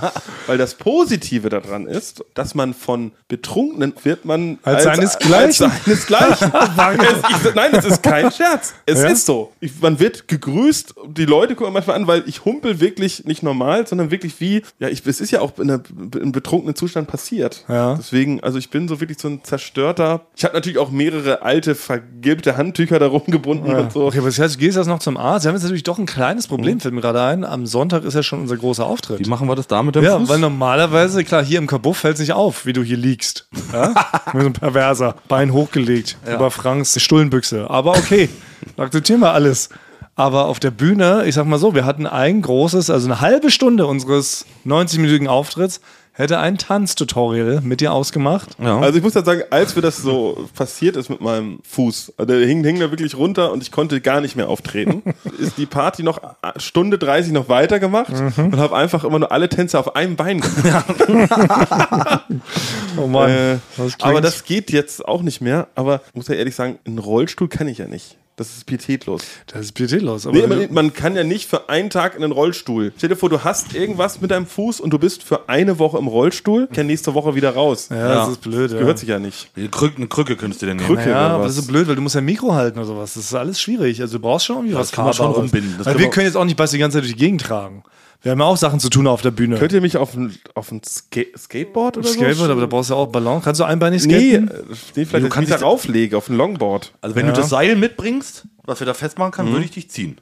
[SPEAKER 3] Weil das Positive daran ist, dass man von Betrunkenen wird man
[SPEAKER 2] Als seinesgleichen.
[SPEAKER 3] Als seinesgleichen. es, ich, nein, das ist kein Scherz. Es
[SPEAKER 2] Ja?
[SPEAKER 3] ist so. Ich, man wird gegrüßt, die Leute gucken manchmal an, weil ich humpel wirklich nicht normal, sondern wirklich wie, ja, ich, es ist ja auch in einer- in einem betrunkenen Zustand passiert.
[SPEAKER 2] Ja.
[SPEAKER 3] Deswegen, also ich bin so wirklich so ein zerstörter. Ich habe natürlich auch mehrere alte, vergilbte Handtücher da rumgebunden und so.
[SPEAKER 2] Okay, was heißt, du gehst jetzt noch zum Arzt? Wir haben jetzt natürlich doch ein kleines Problem, fällt mir gerade ein. Am Sonntag ist ja schon unser großer Auftritt.
[SPEAKER 1] Wie machen wir das da mit dem
[SPEAKER 2] ja,
[SPEAKER 1] Fuß?
[SPEAKER 2] weil Weil normalerweise, klar, hier im Kabuff fällt es nicht auf, wie du hier liegst. Ja? Wie so ein Perverser, Bein hochgelegt, über Franks Stullenbüchse. Aber okay, akzeptieren wir alles. Aber auf der Bühne, ich sag mal so, wir hatten ein großes, also eine halbe Stunde unseres 90-minütigen Auftritts, hätte ein Tanztutorial mit dir ausgemacht.
[SPEAKER 1] Ja.
[SPEAKER 3] Also ich muss halt sagen, als mir das so passiert ist mit meinem Fuß, also der hing, hing da wirklich runter und ich konnte gar nicht mehr auftreten, ist die Party noch a- Stunde 30 noch weitergemacht
[SPEAKER 2] Mhm.
[SPEAKER 3] und habe einfach immer nur alle Tänze auf einem Bein gemacht.
[SPEAKER 2] Oh Mann.
[SPEAKER 3] Äh,
[SPEAKER 2] das klingt-
[SPEAKER 3] aber das geht jetzt auch nicht mehr. Aber ich muss ja ehrlich sagen, einen Rollstuhl kann ich ja nicht. Das ist pietätlos.
[SPEAKER 2] das ist pietätlos. Aber
[SPEAKER 3] Nee, man, man kann ja nicht für einen Tag in den Rollstuhl. Stell dir vor, du hast irgendwas mit deinem Fuß und du bist für eine Woche im Rollstuhl, kann nächste Woche wieder raus.
[SPEAKER 2] ja, das ist blöd. Ja.
[SPEAKER 3] Gehört sich ja nicht.
[SPEAKER 1] Eine Krücke, eine Krücke könntest du denn nehmen.
[SPEAKER 3] Krücke.
[SPEAKER 2] Ja,
[SPEAKER 3] oder
[SPEAKER 2] aber
[SPEAKER 3] was?
[SPEAKER 2] das ist so blöd, weil du musst ja ein Mikro halten oder sowas. Das ist alles schwierig. Also du brauchst schon irgendwie was
[SPEAKER 1] kann man schon
[SPEAKER 2] Fahrbares.
[SPEAKER 1] rumbinden. Das
[SPEAKER 2] Weil
[SPEAKER 1] können
[SPEAKER 2] wir
[SPEAKER 1] wir-
[SPEAKER 2] können jetzt auch nicht Basti die ganze Zeit durch die Gegend tragen. Wir haben ja auch Sachen zu tun auf der Bühne.
[SPEAKER 3] Könnt ihr mich auf ein, auf ein Ska Skateboard oder
[SPEAKER 2] Skateboard,
[SPEAKER 3] so?
[SPEAKER 2] aber da brauchst du ja auch Ballon. Kannst du einbeinig
[SPEAKER 3] Nee, äh,
[SPEAKER 2] skaten?
[SPEAKER 3] nee, vielleicht du
[SPEAKER 1] kannst
[SPEAKER 3] kannst
[SPEAKER 1] dich-
[SPEAKER 3] mich darauf legen, auf ein Longboard.
[SPEAKER 1] Also wenn du das Seil mitbringst, was wir da festmachen können, würde ich dich ziehen.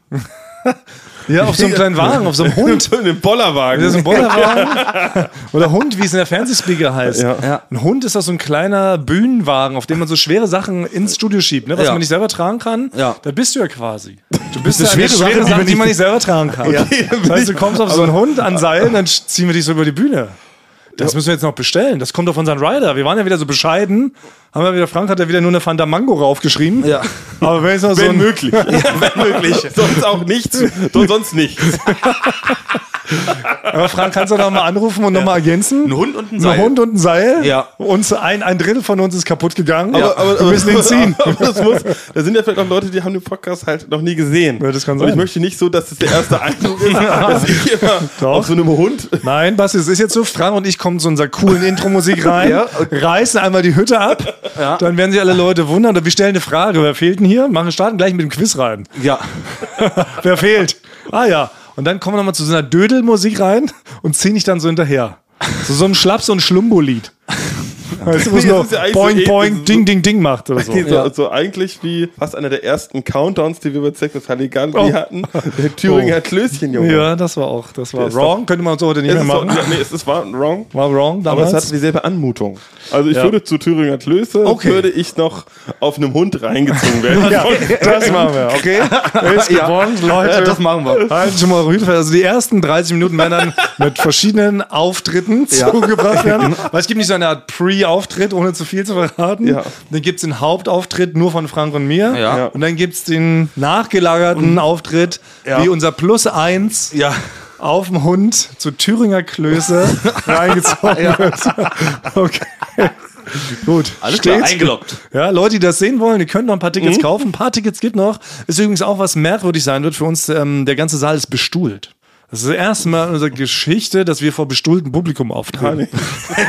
[SPEAKER 2] Ja, auf so einem kleinen Wagen, auf so einem Hund.
[SPEAKER 3] In den Bollerwagen.
[SPEAKER 2] Also- Das ist ein Bollerwagen. Oder Hund, wie es in der Fernsehspiegel heißt.
[SPEAKER 3] Ja.
[SPEAKER 2] Ein Hund ist doch so ein kleiner Bühnenwagen, auf dem man so schwere Sachen ins Studio schiebt, ne, was
[SPEAKER 1] Ja.
[SPEAKER 2] man nicht selber tragen kann.
[SPEAKER 1] Ja.
[SPEAKER 2] Da bist du ja quasi. Du bist
[SPEAKER 1] eine
[SPEAKER 2] ja eine
[SPEAKER 1] schwere Sache,
[SPEAKER 2] schwere
[SPEAKER 1] die
[SPEAKER 2] Sache,
[SPEAKER 1] man
[SPEAKER 2] die
[SPEAKER 1] nicht-
[SPEAKER 2] man nicht selber tragen kann. Das heißt, du kommst auf so einen Hund an Seilen, dann sch- ziehen wir dich so über die Bühne. Das müssen wir jetzt noch bestellen. Das kommt auf unseren Rider. Wir waren ja wieder so bescheiden. Haben wir wieder, Frank hat ja wieder nur eine Fanta Mango raufgeschrieben.
[SPEAKER 1] Ja.
[SPEAKER 2] Aber wenn es noch so
[SPEAKER 3] wenn
[SPEAKER 2] ein
[SPEAKER 3] möglich. wenn möglich. Sonst auch nichts. Sonst nichts.
[SPEAKER 2] Aber Frank, kannst du noch mal anrufen und noch mal ergänzen?
[SPEAKER 1] Ein Hund und ein
[SPEAKER 2] ein
[SPEAKER 1] Seil.
[SPEAKER 2] Hund und ein Seil.
[SPEAKER 1] Ja.
[SPEAKER 2] Uns ein, ein Drittel von uns ist kaputt gegangen. wir müssen ihn ziehen.
[SPEAKER 3] Aber das muss, da sind ja vielleicht auch Leute, die haben den Podcast halt noch nie gesehen.
[SPEAKER 2] Ja, das kann
[SPEAKER 3] Und ich
[SPEAKER 2] sein.
[SPEAKER 3] möchte nicht so, dass es der erste Eindruck ist, dass ich immer
[SPEAKER 2] Doch.
[SPEAKER 3] auf so einem Hund
[SPEAKER 2] Nein, Basti, es ist jetzt so, Frank und ich kommen zu unserer coolen Intro-Musik rein, reißen einmal die Hütte ab, dann werden sich alle Leute wundern, oder wir stellen eine Frage, wer fehlt denn hier? Machen starten gleich mit dem Quiz rein.
[SPEAKER 1] Ja.
[SPEAKER 2] Wer fehlt? Ah ja. Und dann kommen wir nochmal zu so einer Dödelmusik rein und ziehen dich dann so hinterher. So, so ein Schlaps- und Schlumbo-Lied. Weißt du, wo es
[SPEAKER 3] Nee, das
[SPEAKER 2] nur
[SPEAKER 3] ist ja eigentlich so
[SPEAKER 2] boing,
[SPEAKER 3] eh-
[SPEAKER 2] boing,
[SPEAKER 3] so-
[SPEAKER 2] ding, ding, ding macht oder so.
[SPEAKER 3] so, so eigentlich wie fast einer der ersten Countdowns, die wir bei Sex und Halligalli
[SPEAKER 2] Oh.
[SPEAKER 3] hatten. Der Thüringer Klößchen, Junge.
[SPEAKER 2] Ja, das war auch, das war
[SPEAKER 3] Ist
[SPEAKER 2] wrong, könnte man uns heute nicht
[SPEAKER 3] Es
[SPEAKER 2] mehr
[SPEAKER 3] ist so,
[SPEAKER 2] machen.
[SPEAKER 3] ja, nee, es ist war wrong.
[SPEAKER 2] War wrong
[SPEAKER 3] Aber
[SPEAKER 2] damals.
[SPEAKER 3] es hatte dieselbe Anmutung. Also ich
[SPEAKER 2] Ja.
[SPEAKER 3] würde zu Thüringer Klöße,
[SPEAKER 2] Okay.
[SPEAKER 3] würde ich noch auf einem Hund reingezogen werden.
[SPEAKER 2] ja, das machen wir, okay? Ist gewonnen, Leute.
[SPEAKER 1] Ja, das machen wir.
[SPEAKER 2] Halten schon mal Rüde fest. Also die ersten 30 Minuten werden dann mit verschiedenen Auftritten zugebracht werden. Weil es gibt nicht so eine Art Pre-Auftritt, ohne zu viel zu verraten.
[SPEAKER 3] Ja.
[SPEAKER 2] Dann gibt es den Hauptauftritt nur von Frank und mir.
[SPEAKER 1] Ja.
[SPEAKER 2] Und dann gibt es den nachgelagerten Auftritt, wie unser Plus 1
[SPEAKER 1] Ja.
[SPEAKER 2] auf dem Hund zu Thüringer Klöße reingezogen wird. Okay. Gut.
[SPEAKER 1] Alles klar,
[SPEAKER 2] Steht's?
[SPEAKER 1] eingeloggt. Mhm.
[SPEAKER 2] Ja, Leute, die das sehen wollen, die können noch ein paar Tickets kaufen. Ein paar Tickets gibt noch. Ist übrigens auch was merkwürdig sein wird für uns. Ähm, der ganze Saal ist bestuhlt. Das ist das erste Mal in unserer Geschichte, dass wir vor bestuhltem Publikum auftreten.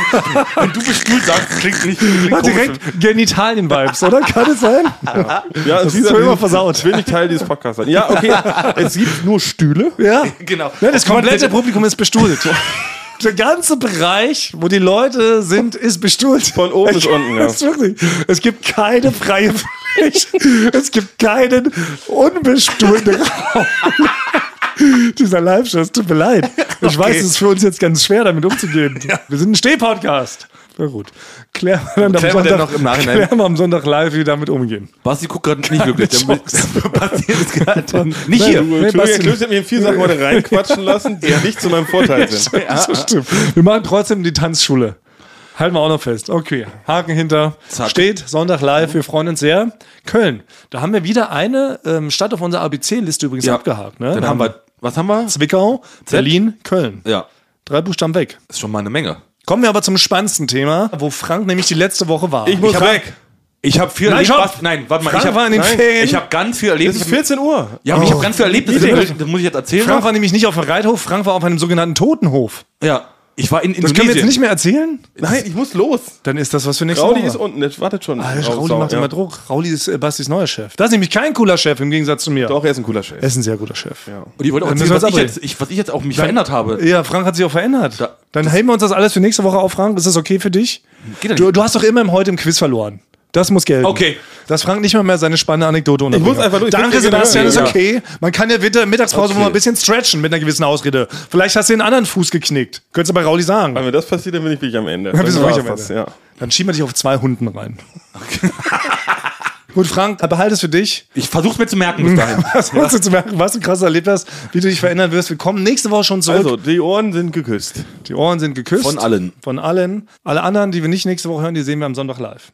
[SPEAKER 1] Wenn du bestuhlt sagst, klingt nicht klingt
[SPEAKER 2] Hat
[SPEAKER 1] komisch.
[SPEAKER 2] direkt Genitalien-Vibes, oder? Kann es sein?
[SPEAKER 3] Ja, das
[SPEAKER 2] ist zwar immer versaut.
[SPEAKER 3] Ich will nicht Teil dieses Podcasts sein. Ja, okay. Es gibt nur Stühle.
[SPEAKER 2] Ja.
[SPEAKER 1] Genau.
[SPEAKER 2] Ne, das komplette Publikum ist bestuhlt. Der ganze Bereich, wo die Leute sind, ist bestuhlt.
[SPEAKER 3] Von oben bis unten, ja.
[SPEAKER 2] Das ist wirklich, es gibt keine freie Fläche. es gibt keinen unbestuhlten Raum. Dieser Live-Show, es tut mir leid. Ich weiß, es ist für uns jetzt ganz schwer, damit umzugehen. Wir sind ein Steh-Podcast. Na gut. Klären wir
[SPEAKER 1] Klären
[SPEAKER 2] dann am
[SPEAKER 1] wir
[SPEAKER 2] Sonntag,
[SPEAKER 1] dann noch im Nachhinein.
[SPEAKER 2] Klären wir am Sonntag live, wie wir damit umgehen.
[SPEAKER 1] Basti guckt gerade nicht wirklich. Der
[SPEAKER 2] Chance.
[SPEAKER 1] Basti ist gerade nicht
[SPEAKER 2] Nein,
[SPEAKER 1] hier.
[SPEAKER 2] du-
[SPEAKER 3] Thüringer
[SPEAKER 2] Basti.
[SPEAKER 3] Klöße hat mir vier Sachen heute reinquatschen lassen, die nicht zu meinem Vorteil sind.
[SPEAKER 2] Das stimmt. Wir machen trotzdem die Tanzschule. Halten wir auch noch fest. Okay, Haken hinter.
[SPEAKER 1] Zack.
[SPEAKER 2] Steht Sonntag live. Wir freuen uns sehr. Köln. Da haben wir wieder eine ähm, Stadt auf unserer ABC-Liste übrigens
[SPEAKER 1] Ja.
[SPEAKER 2] abgehakt. Ne?
[SPEAKER 1] Dann
[SPEAKER 2] Da
[SPEAKER 1] haben wir, was haben wir?
[SPEAKER 2] Zwickau, Berlin, Köln.
[SPEAKER 1] Ja,
[SPEAKER 2] Drei Buchstaben weg.
[SPEAKER 1] ist schon mal eine Menge.
[SPEAKER 2] Kommen wir aber zum spannendsten Thema, wo Frank nämlich die letzte Woche war.
[SPEAKER 3] Ich muss
[SPEAKER 1] hab-
[SPEAKER 3] weg.
[SPEAKER 1] Ich habe viel
[SPEAKER 2] Nein,
[SPEAKER 1] erlebt.
[SPEAKER 2] stopp.
[SPEAKER 1] Basti- Nein, warte mal.
[SPEAKER 2] Frank
[SPEAKER 1] ich hab,
[SPEAKER 2] war in den
[SPEAKER 1] nein,
[SPEAKER 2] Ferien. Oh,
[SPEAKER 1] Ich habe ganz viel erlebt.
[SPEAKER 3] Es
[SPEAKER 1] Ich
[SPEAKER 3] ist
[SPEAKER 1] hab-
[SPEAKER 3] 14 Uhr.
[SPEAKER 1] ja, aber ich habe ganz viel erlebt. Das, will ich- das muss ich jetzt erzählen.
[SPEAKER 2] Frank war nämlich nicht auf dem Reithof, Frank war auf einem sogenannten Totenhof.
[SPEAKER 1] ja, ich war in
[SPEAKER 2] Das
[SPEAKER 1] Indonesien.
[SPEAKER 2] können wir jetzt nicht mehr erzählen?
[SPEAKER 3] Nein, ich muss los.
[SPEAKER 2] Dann ist das was für nächste
[SPEAKER 3] Raudi
[SPEAKER 2] Woche.
[SPEAKER 3] ist unten, der wartet schon.
[SPEAKER 2] Alter,
[SPEAKER 3] auf
[SPEAKER 2] Ah, Rauli
[SPEAKER 3] Sau,
[SPEAKER 2] macht
[SPEAKER 3] ja.
[SPEAKER 2] immer Druck. Rauli ist äh, Bastis neuer Chef. Das ist nämlich kein cooler Chef im Gegensatz zu mir.
[SPEAKER 3] Doch, er ist ein cooler Chef.
[SPEAKER 2] Er ist ein sehr guter Chef. Ja,
[SPEAKER 1] Und ich wollte auch
[SPEAKER 2] Dann
[SPEAKER 1] erzählen, was
[SPEAKER 2] müssen wir
[SPEAKER 1] ich,
[SPEAKER 2] uns
[SPEAKER 1] jetzt, ich, was ich jetzt auch mich verändert habe.
[SPEAKER 2] Frank hat sich auch verändert.
[SPEAKER 1] Da-
[SPEAKER 2] Dann heben wir uns das alles für nächste Woche auf, Frank. Ist das okay für dich?
[SPEAKER 1] Geht ja
[SPEAKER 2] Du,
[SPEAKER 1] nicht.
[SPEAKER 2] du hast doch immer im heute im Quiz verloren. Das muss gelten.
[SPEAKER 3] Okay.
[SPEAKER 2] Dass Frank nicht mal mehr seine spannende Anekdote unterbringt.
[SPEAKER 3] muss einfach durch. Ich
[SPEAKER 2] Danke,
[SPEAKER 3] bin genervt.
[SPEAKER 2] Sebastian, ist
[SPEAKER 3] Ja.
[SPEAKER 2] okay. Man kann ja Winter Mittagspause
[SPEAKER 3] Okay.
[SPEAKER 2] mal ein bisschen stretchen mit einer gewissen Ausrede. Vielleicht hast du den anderen Fuß geknickt. Könntest du bei Rauli sagen.
[SPEAKER 3] Wenn mir das passiert, dann bin ich wirklich am Ende.
[SPEAKER 2] Dann bist du
[SPEAKER 3] Dann
[SPEAKER 2] wirklich am
[SPEAKER 3] war's
[SPEAKER 2] Ende.
[SPEAKER 3] das,
[SPEAKER 2] Dann schieben wir dich auf zwei Hunden rein. Gut, Frank, behalte es für dich.
[SPEAKER 1] Ich versuch's mir zu merken bis dahin.
[SPEAKER 2] Was wolltest du zu merken, was du krass erlebt hast, wie du dich verändern wirst. Wir kommen nächste Woche schon
[SPEAKER 3] Ja.
[SPEAKER 2] zurück.
[SPEAKER 3] Also, die Ohren sind geküsst.
[SPEAKER 2] die Ohren sind geküsst.
[SPEAKER 1] Von allen.
[SPEAKER 2] Von allen. Alle anderen, die wir nicht nächste Woche hören, die sehen wir am Sonntag live.